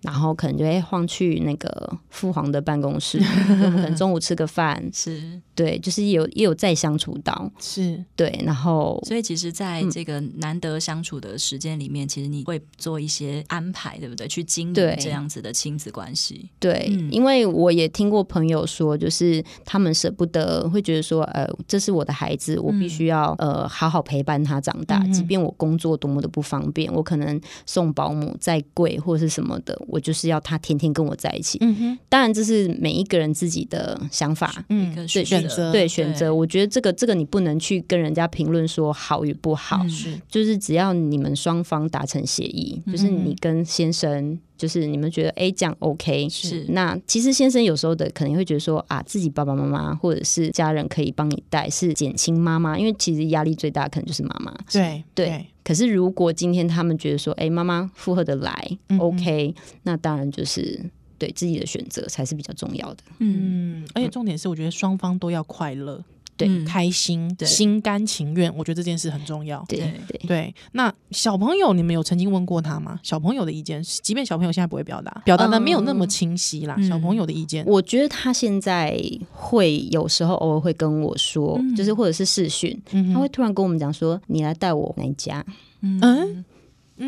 [SPEAKER 5] 然后可能就会晃去那个父皇的办公室，因为我们可能中午吃个饭，
[SPEAKER 3] 是，
[SPEAKER 5] 对，就是也有也有再相处到，
[SPEAKER 1] 哼，是
[SPEAKER 5] 对，然后
[SPEAKER 3] 所以其实在这个难得相处的时间里面，其实你会做一些安排，对不对？去经营
[SPEAKER 5] 对
[SPEAKER 3] 这样子的亲子关系，
[SPEAKER 5] 对，
[SPEAKER 3] 嗯
[SPEAKER 5] 因为我也听过朋友说，就是他们舍不得，会觉得说，呃，这是我的孩子，我必须要、呃好好陪伴他长大，
[SPEAKER 1] 嗯哼
[SPEAKER 5] 即便我工作多么的不方便，我可能送保姆再贵或是什么的，我就是要他天天跟我在一起。
[SPEAKER 1] 嗯哼
[SPEAKER 5] 当然，这是每一个人自己的想法。
[SPEAKER 3] 一
[SPEAKER 1] 嗯
[SPEAKER 3] 个
[SPEAKER 5] 对
[SPEAKER 1] 选
[SPEAKER 3] 选
[SPEAKER 1] 择
[SPEAKER 3] 择
[SPEAKER 5] 对选择，我觉得这个这个你不能去跟人家评论说好与不好，
[SPEAKER 3] 嗯
[SPEAKER 1] 是嗯
[SPEAKER 5] 就是只要你们双方达成协议，就是你跟先生，就是你们觉得哎这样 OK，
[SPEAKER 3] 是
[SPEAKER 5] 那其实先生有时候的可能会觉得说啊，自己爸爸妈妈或者是家人可以帮你带，是减轻妈妈，因为其实压力最大可能就是妈妈。
[SPEAKER 1] 对
[SPEAKER 5] 对可是如果今天他们觉得说，哎、妈妈负荷的来、
[SPEAKER 1] 嗯
[SPEAKER 5] o k 那当然就是对自己的选择才是比较重要的。
[SPEAKER 3] 嗯，
[SPEAKER 1] 嗯，而且重点是，我觉得双方都要快乐、
[SPEAKER 5] 对
[SPEAKER 3] 嗯
[SPEAKER 1] 开心、
[SPEAKER 3] 对
[SPEAKER 1] 心甘情愿，我觉得这件事很重要。
[SPEAKER 5] 对
[SPEAKER 3] 对
[SPEAKER 5] 对，
[SPEAKER 1] 对，那小朋友，你们有曾经问过他吗？小朋友的意见，即便小朋友现在不会表达，表达的没有那么清晰啦。
[SPEAKER 3] 嗯
[SPEAKER 1] 小朋友的意见，
[SPEAKER 5] 嗯我觉得他现在会有时候偶尔会跟我说，就是或者是视讯，
[SPEAKER 1] 嗯
[SPEAKER 5] 他
[SPEAKER 1] 哼
[SPEAKER 5] 会突然跟我们讲说：“你来带我回家。
[SPEAKER 1] 嗯嗯，哦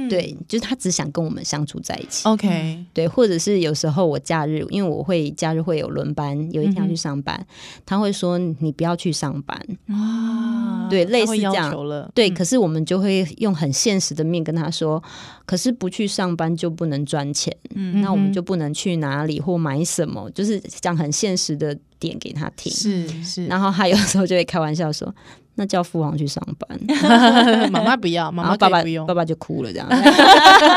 [SPEAKER 5] 对，就是他只想跟我们相处在一起。
[SPEAKER 1] ，OK，
[SPEAKER 5] 对，或者是有时候我假日，因为我会假日会有轮班，有一天要
[SPEAKER 1] 嗯哼嗯
[SPEAKER 5] 去上班，他会说：“你不要去上班。
[SPEAKER 1] 啊
[SPEAKER 5] 嗯对类
[SPEAKER 1] 他会
[SPEAKER 5] 似
[SPEAKER 1] 要
[SPEAKER 5] 这样
[SPEAKER 1] 求了，
[SPEAKER 5] 对，
[SPEAKER 1] 嗯
[SPEAKER 5] 可是我们就会用很现实的面跟他说，可是不去上班就不能赚钱，
[SPEAKER 3] 嗯
[SPEAKER 5] 那我们
[SPEAKER 1] 嗯哼
[SPEAKER 5] 就不能去哪里或买什么，就是讲很现实的点给他听。
[SPEAKER 1] 是是，
[SPEAKER 5] 然后他有时候就会开玩笑说：“那叫父王去上班。”
[SPEAKER 1] 妈妈不要，妈
[SPEAKER 5] 然后
[SPEAKER 1] 妈可
[SPEAKER 5] 爸
[SPEAKER 1] 以
[SPEAKER 5] 爸
[SPEAKER 1] 不用
[SPEAKER 5] 爸，爸就哭了，这样。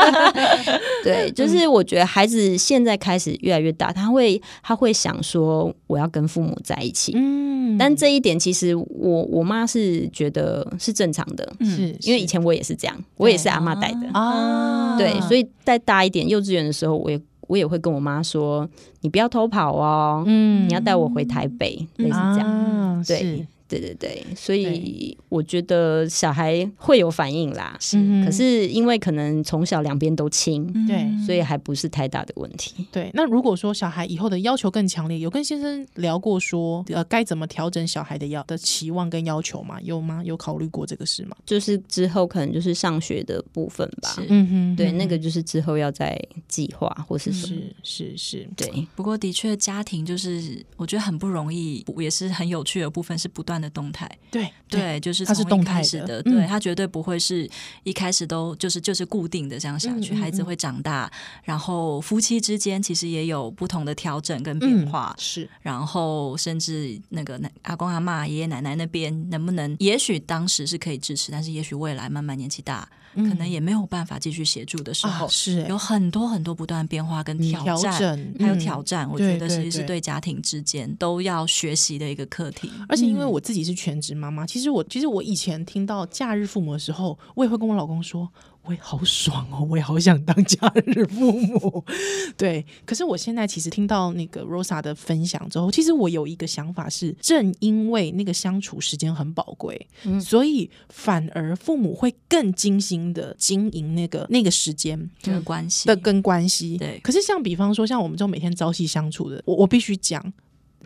[SPEAKER 5] 对，就是我觉得孩子现在开始越来越大，他会他会想说我要跟父母在一起，
[SPEAKER 1] 嗯
[SPEAKER 5] 但这一点其实我我妈是觉得是正常的，
[SPEAKER 3] 嗯
[SPEAKER 1] 是
[SPEAKER 5] 因为以
[SPEAKER 1] 是
[SPEAKER 5] 前我也是这样，我也是阿妈带的，
[SPEAKER 1] 啊，
[SPEAKER 5] 对，所
[SPEAKER 1] 以
[SPEAKER 5] 以再大一点，幼稚园的时候，我也我也会跟我妈说，你不要偷跑哦，
[SPEAKER 1] 嗯
[SPEAKER 5] 你要带我回台北，类似这样。
[SPEAKER 1] 啊
[SPEAKER 5] 对
[SPEAKER 1] 是
[SPEAKER 5] 对对对，所以我觉得小孩会有反应啦，
[SPEAKER 1] 嗯哼嗯
[SPEAKER 5] 可是因为可能从小两边都亲，
[SPEAKER 1] 对
[SPEAKER 5] 所以还不是太大的问题。
[SPEAKER 1] 对，那如果说小孩以后的要求更强烈，有跟先生聊过说，呃，该怎么调整小孩的要的期望跟要求吗？有吗？有考虑过这个事吗？
[SPEAKER 5] 就是之后可能就是上学的部分吧，
[SPEAKER 3] 是
[SPEAKER 1] 嗯哼
[SPEAKER 5] 对，那个就是之后要再计划或是什么。
[SPEAKER 1] 是是是，
[SPEAKER 5] 对，
[SPEAKER 3] 不过的确，家庭就是我觉得很不容易，也是很有趣的部分是不断的动态。
[SPEAKER 1] 对
[SPEAKER 3] 对，就是
[SPEAKER 1] 它是
[SPEAKER 3] 从一
[SPEAKER 1] 动
[SPEAKER 3] 开
[SPEAKER 1] 态
[SPEAKER 3] 始
[SPEAKER 1] 的
[SPEAKER 3] 的，
[SPEAKER 1] 嗯
[SPEAKER 3] 对，它绝对不会是一开始都就是就是固定的这样下去。
[SPEAKER 1] 嗯嗯
[SPEAKER 3] 孩子
[SPEAKER 1] 嗯
[SPEAKER 3] 会长大，然后夫妻之间其实也有不同的调整跟变
[SPEAKER 1] 嗯
[SPEAKER 3] 化，
[SPEAKER 1] 是
[SPEAKER 3] 然后甚至那个奶阿公阿妈、爷爷奶奶那边能不能，也许当时是可以支持，但是也许未来慢慢年纪大，可能也没有办法继续协助的时
[SPEAKER 1] 嗯
[SPEAKER 3] 候
[SPEAKER 1] 啊，是欸
[SPEAKER 3] 有很多很多不断变化跟挑
[SPEAKER 1] 调
[SPEAKER 3] 战。
[SPEAKER 1] 整
[SPEAKER 3] 还有
[SPEAKER 1] 嗯
[SPEAKER 3] 挑战，我
[SPEAKER 1] 对
[SPEAKER 3] 觉得
[SPEAKER 1] 对
[SPEAKER 3] 其实是
[SPEAKER 1] 对
[SPEAKER 3] 对家庭之间都要学习的一个课题。
[SPEAKER 1] 而且因为我自己是全职妈妈，其实我其实我以前听到假日父母的时候，我也会跟我老公说，我也好爽哦，我也好想当 假日父母。对，可是我现在其实听到那个 Rosa 的分享之后，其实我有一个想法是，正因为那个相处时间很宝贵，所以反而父母会更精心的经营那个那个时间。
[SPEAKER 3] 这个关系
[SPEAKER 1] 的跟关系。
[SPEAKER 3] 对
[SPEAKER 1] 可是像比方说，像我们这种每天朝夕相处的，我我必须讲。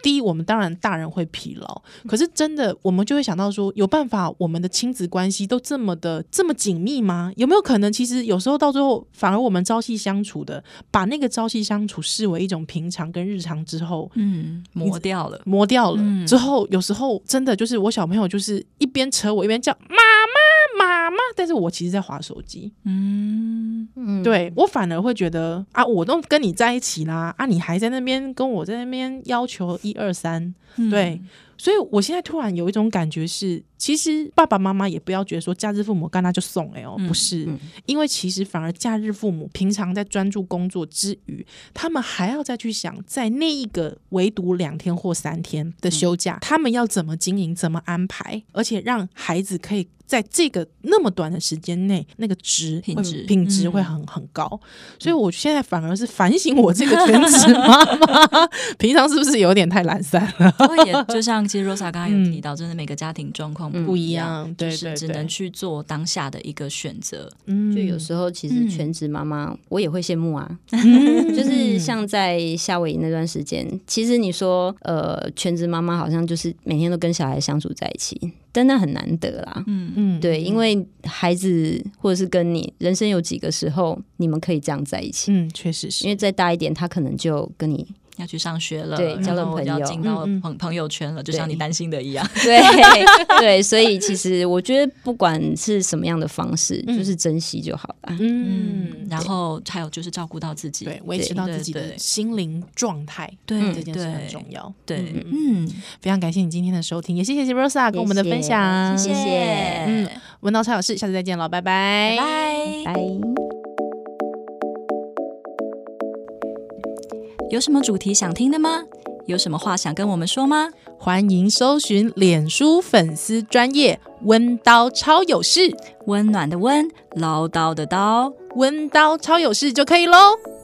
[SPEAKER 1] 第一，我们当然大人会疲劳，可是真的，我们就会想到说，有办法我们的亲子关系都这么的这么紧密吗？有没有可能，其实有时候到最后，反而我们朝夕相处的，把那个朝夕相处视为一种平常跟日常之后，
[SPEAKER 3] 嗯磨掉了，
[SPEAKER 1] 磨掉了、
[SPEAKER 3] 嗯
[SPEAKER 1] 之后，有时候真的就是我小朋友就是一边扯我一边叫妈妈妈妈，但是我其实在划手机，
[SPEAKER 3] 嗯，
[SPEAKER 5] 嗯，
[SPEAKER 1] 对我反而会觉得啊，我都跟你在一起啦，啊，你还在那边跟我在那边要求一二三，
[SPEAKER 3] 嗯
[SPEAKER 1] 对，所以我现在突然有一种感觉是，其实爸爸妈妈也不要觉得说假日父母干他就送哎哦，
[SPEAKER 3] 嗯
[SPEAKER 1] 不是，
[SPEAKER 5] 嗯
[SPEAKER 1] 因为其实反而假日父母平常在专注工作之余，他们还要再去想，在那一个唯独两天或三天
[SPEAKER 3] 嗯
[SPEAKER 1] 的休假，他们要怎么经营、怎么安排，而且让孩子可以在这个那么短的时间内，那个值
[SPEAKER 3] 品
[SPEAKER 1] 会
[SPEAKER 3] 质
[SPEAKER 1] 品质
[SPEAKER 3] 嗯
[SPEAKER 1] 会很、很高。所以我现在反而是反省我这个全 职妈妈，平常是不是有点太懒散了？
[SPEAKER 3] 不过也就像其实 Rosa 刚刚有提到，真的每个家庭状况不一样，
[SPEAKER 1] 嗯样，
[SPEAKER 3] 就
[SPEAKER 1] 对
[SPEAKER 3] 是
[SPEAKER 1] 对
[SPEAKER 3] 只
[SPEAKER 1] 对
[SPEAKER 3] 能去做当下的一个选择。
[SPEAKER 1] 嗯
[SPEAKER 5] 就有时候其实全职妈妈、我也会羡慕啊，
[SPEAKER 1] 嗯
[SPEAKER 5] 就是像在夏威夷那段时间，其实你说呃，全职妈妈好像就是每天都跟小孩相处在一起，但那很难得啦。
[SPEAKER 3] 嗯，
[SPEAKER 1] 嗯
[SPEAKER 5] 对，因为孩子或者是跟你人生有几个时候，你们可以这样在一起。
[SPEAKER 1] 嗯，确实是
[SPEAKER 5] 因为再大一点，他可能就 跟你
[SPEAKER 3] 要去上学了，
[SPEAKER 5] 对交了
[SPEAKER 3] 然后
[SPEAKER 5] 朋友
[SPEAKER 3] 要进到
[SPEAKER 1] 嗯嗯
[SPEAKER 3] 朋朋友圈了，就像你担心的一样。
[SPEAKER 5] 对对，所以其实我觉得不管是什么样的方式，
[SPEAKER 1] 嗯
[SPEAKER 5] 就是珍惜就好了。
[SPEAKER 1] 嗯，
[SPEAKER 3] 然后还有就是照顾到自己，
[SPEAKER 1] 对，维持
[SPEAKER 5] 对
[SPEAKER 1] 到
[SPEAKER 3] 对
[SPEAKER 1] 自己的
[SPEAKER 3] 对
[SPEAKER 1] 心灵状态，
[SPEAKER 3] 对
[SPEAKER 1] 这件事很重
[SPEAKER 3] 对
[SPEAKER 1] 要。
[SPEAKER 3] 对，
[SPEAKER 1] 嗯
[SPEAKER 3] 嗯，
[SPEAKER 1] 非常感谢你今天的收听，也谢谢 Rosa 跟我们的分享，
[SPEAKER 5] 谢谢
[SPEAKER 1] 嗯，文道超有事，下次再见了，拜拜，
[SPEAKER 3] 拜拜。
[SPEAKER 5] 拜。
[SPEAKER 3] 有什么主题想听的吗？有什么话想跟我们说吗？
[SPEAKER 1] 欢迎搜寻脸书粉丝专业温刀超有事，
[SPEAKER 3] 温暖的温，唠叨的叨。
[SPEAKER 1] 温刀超有事就可以喽。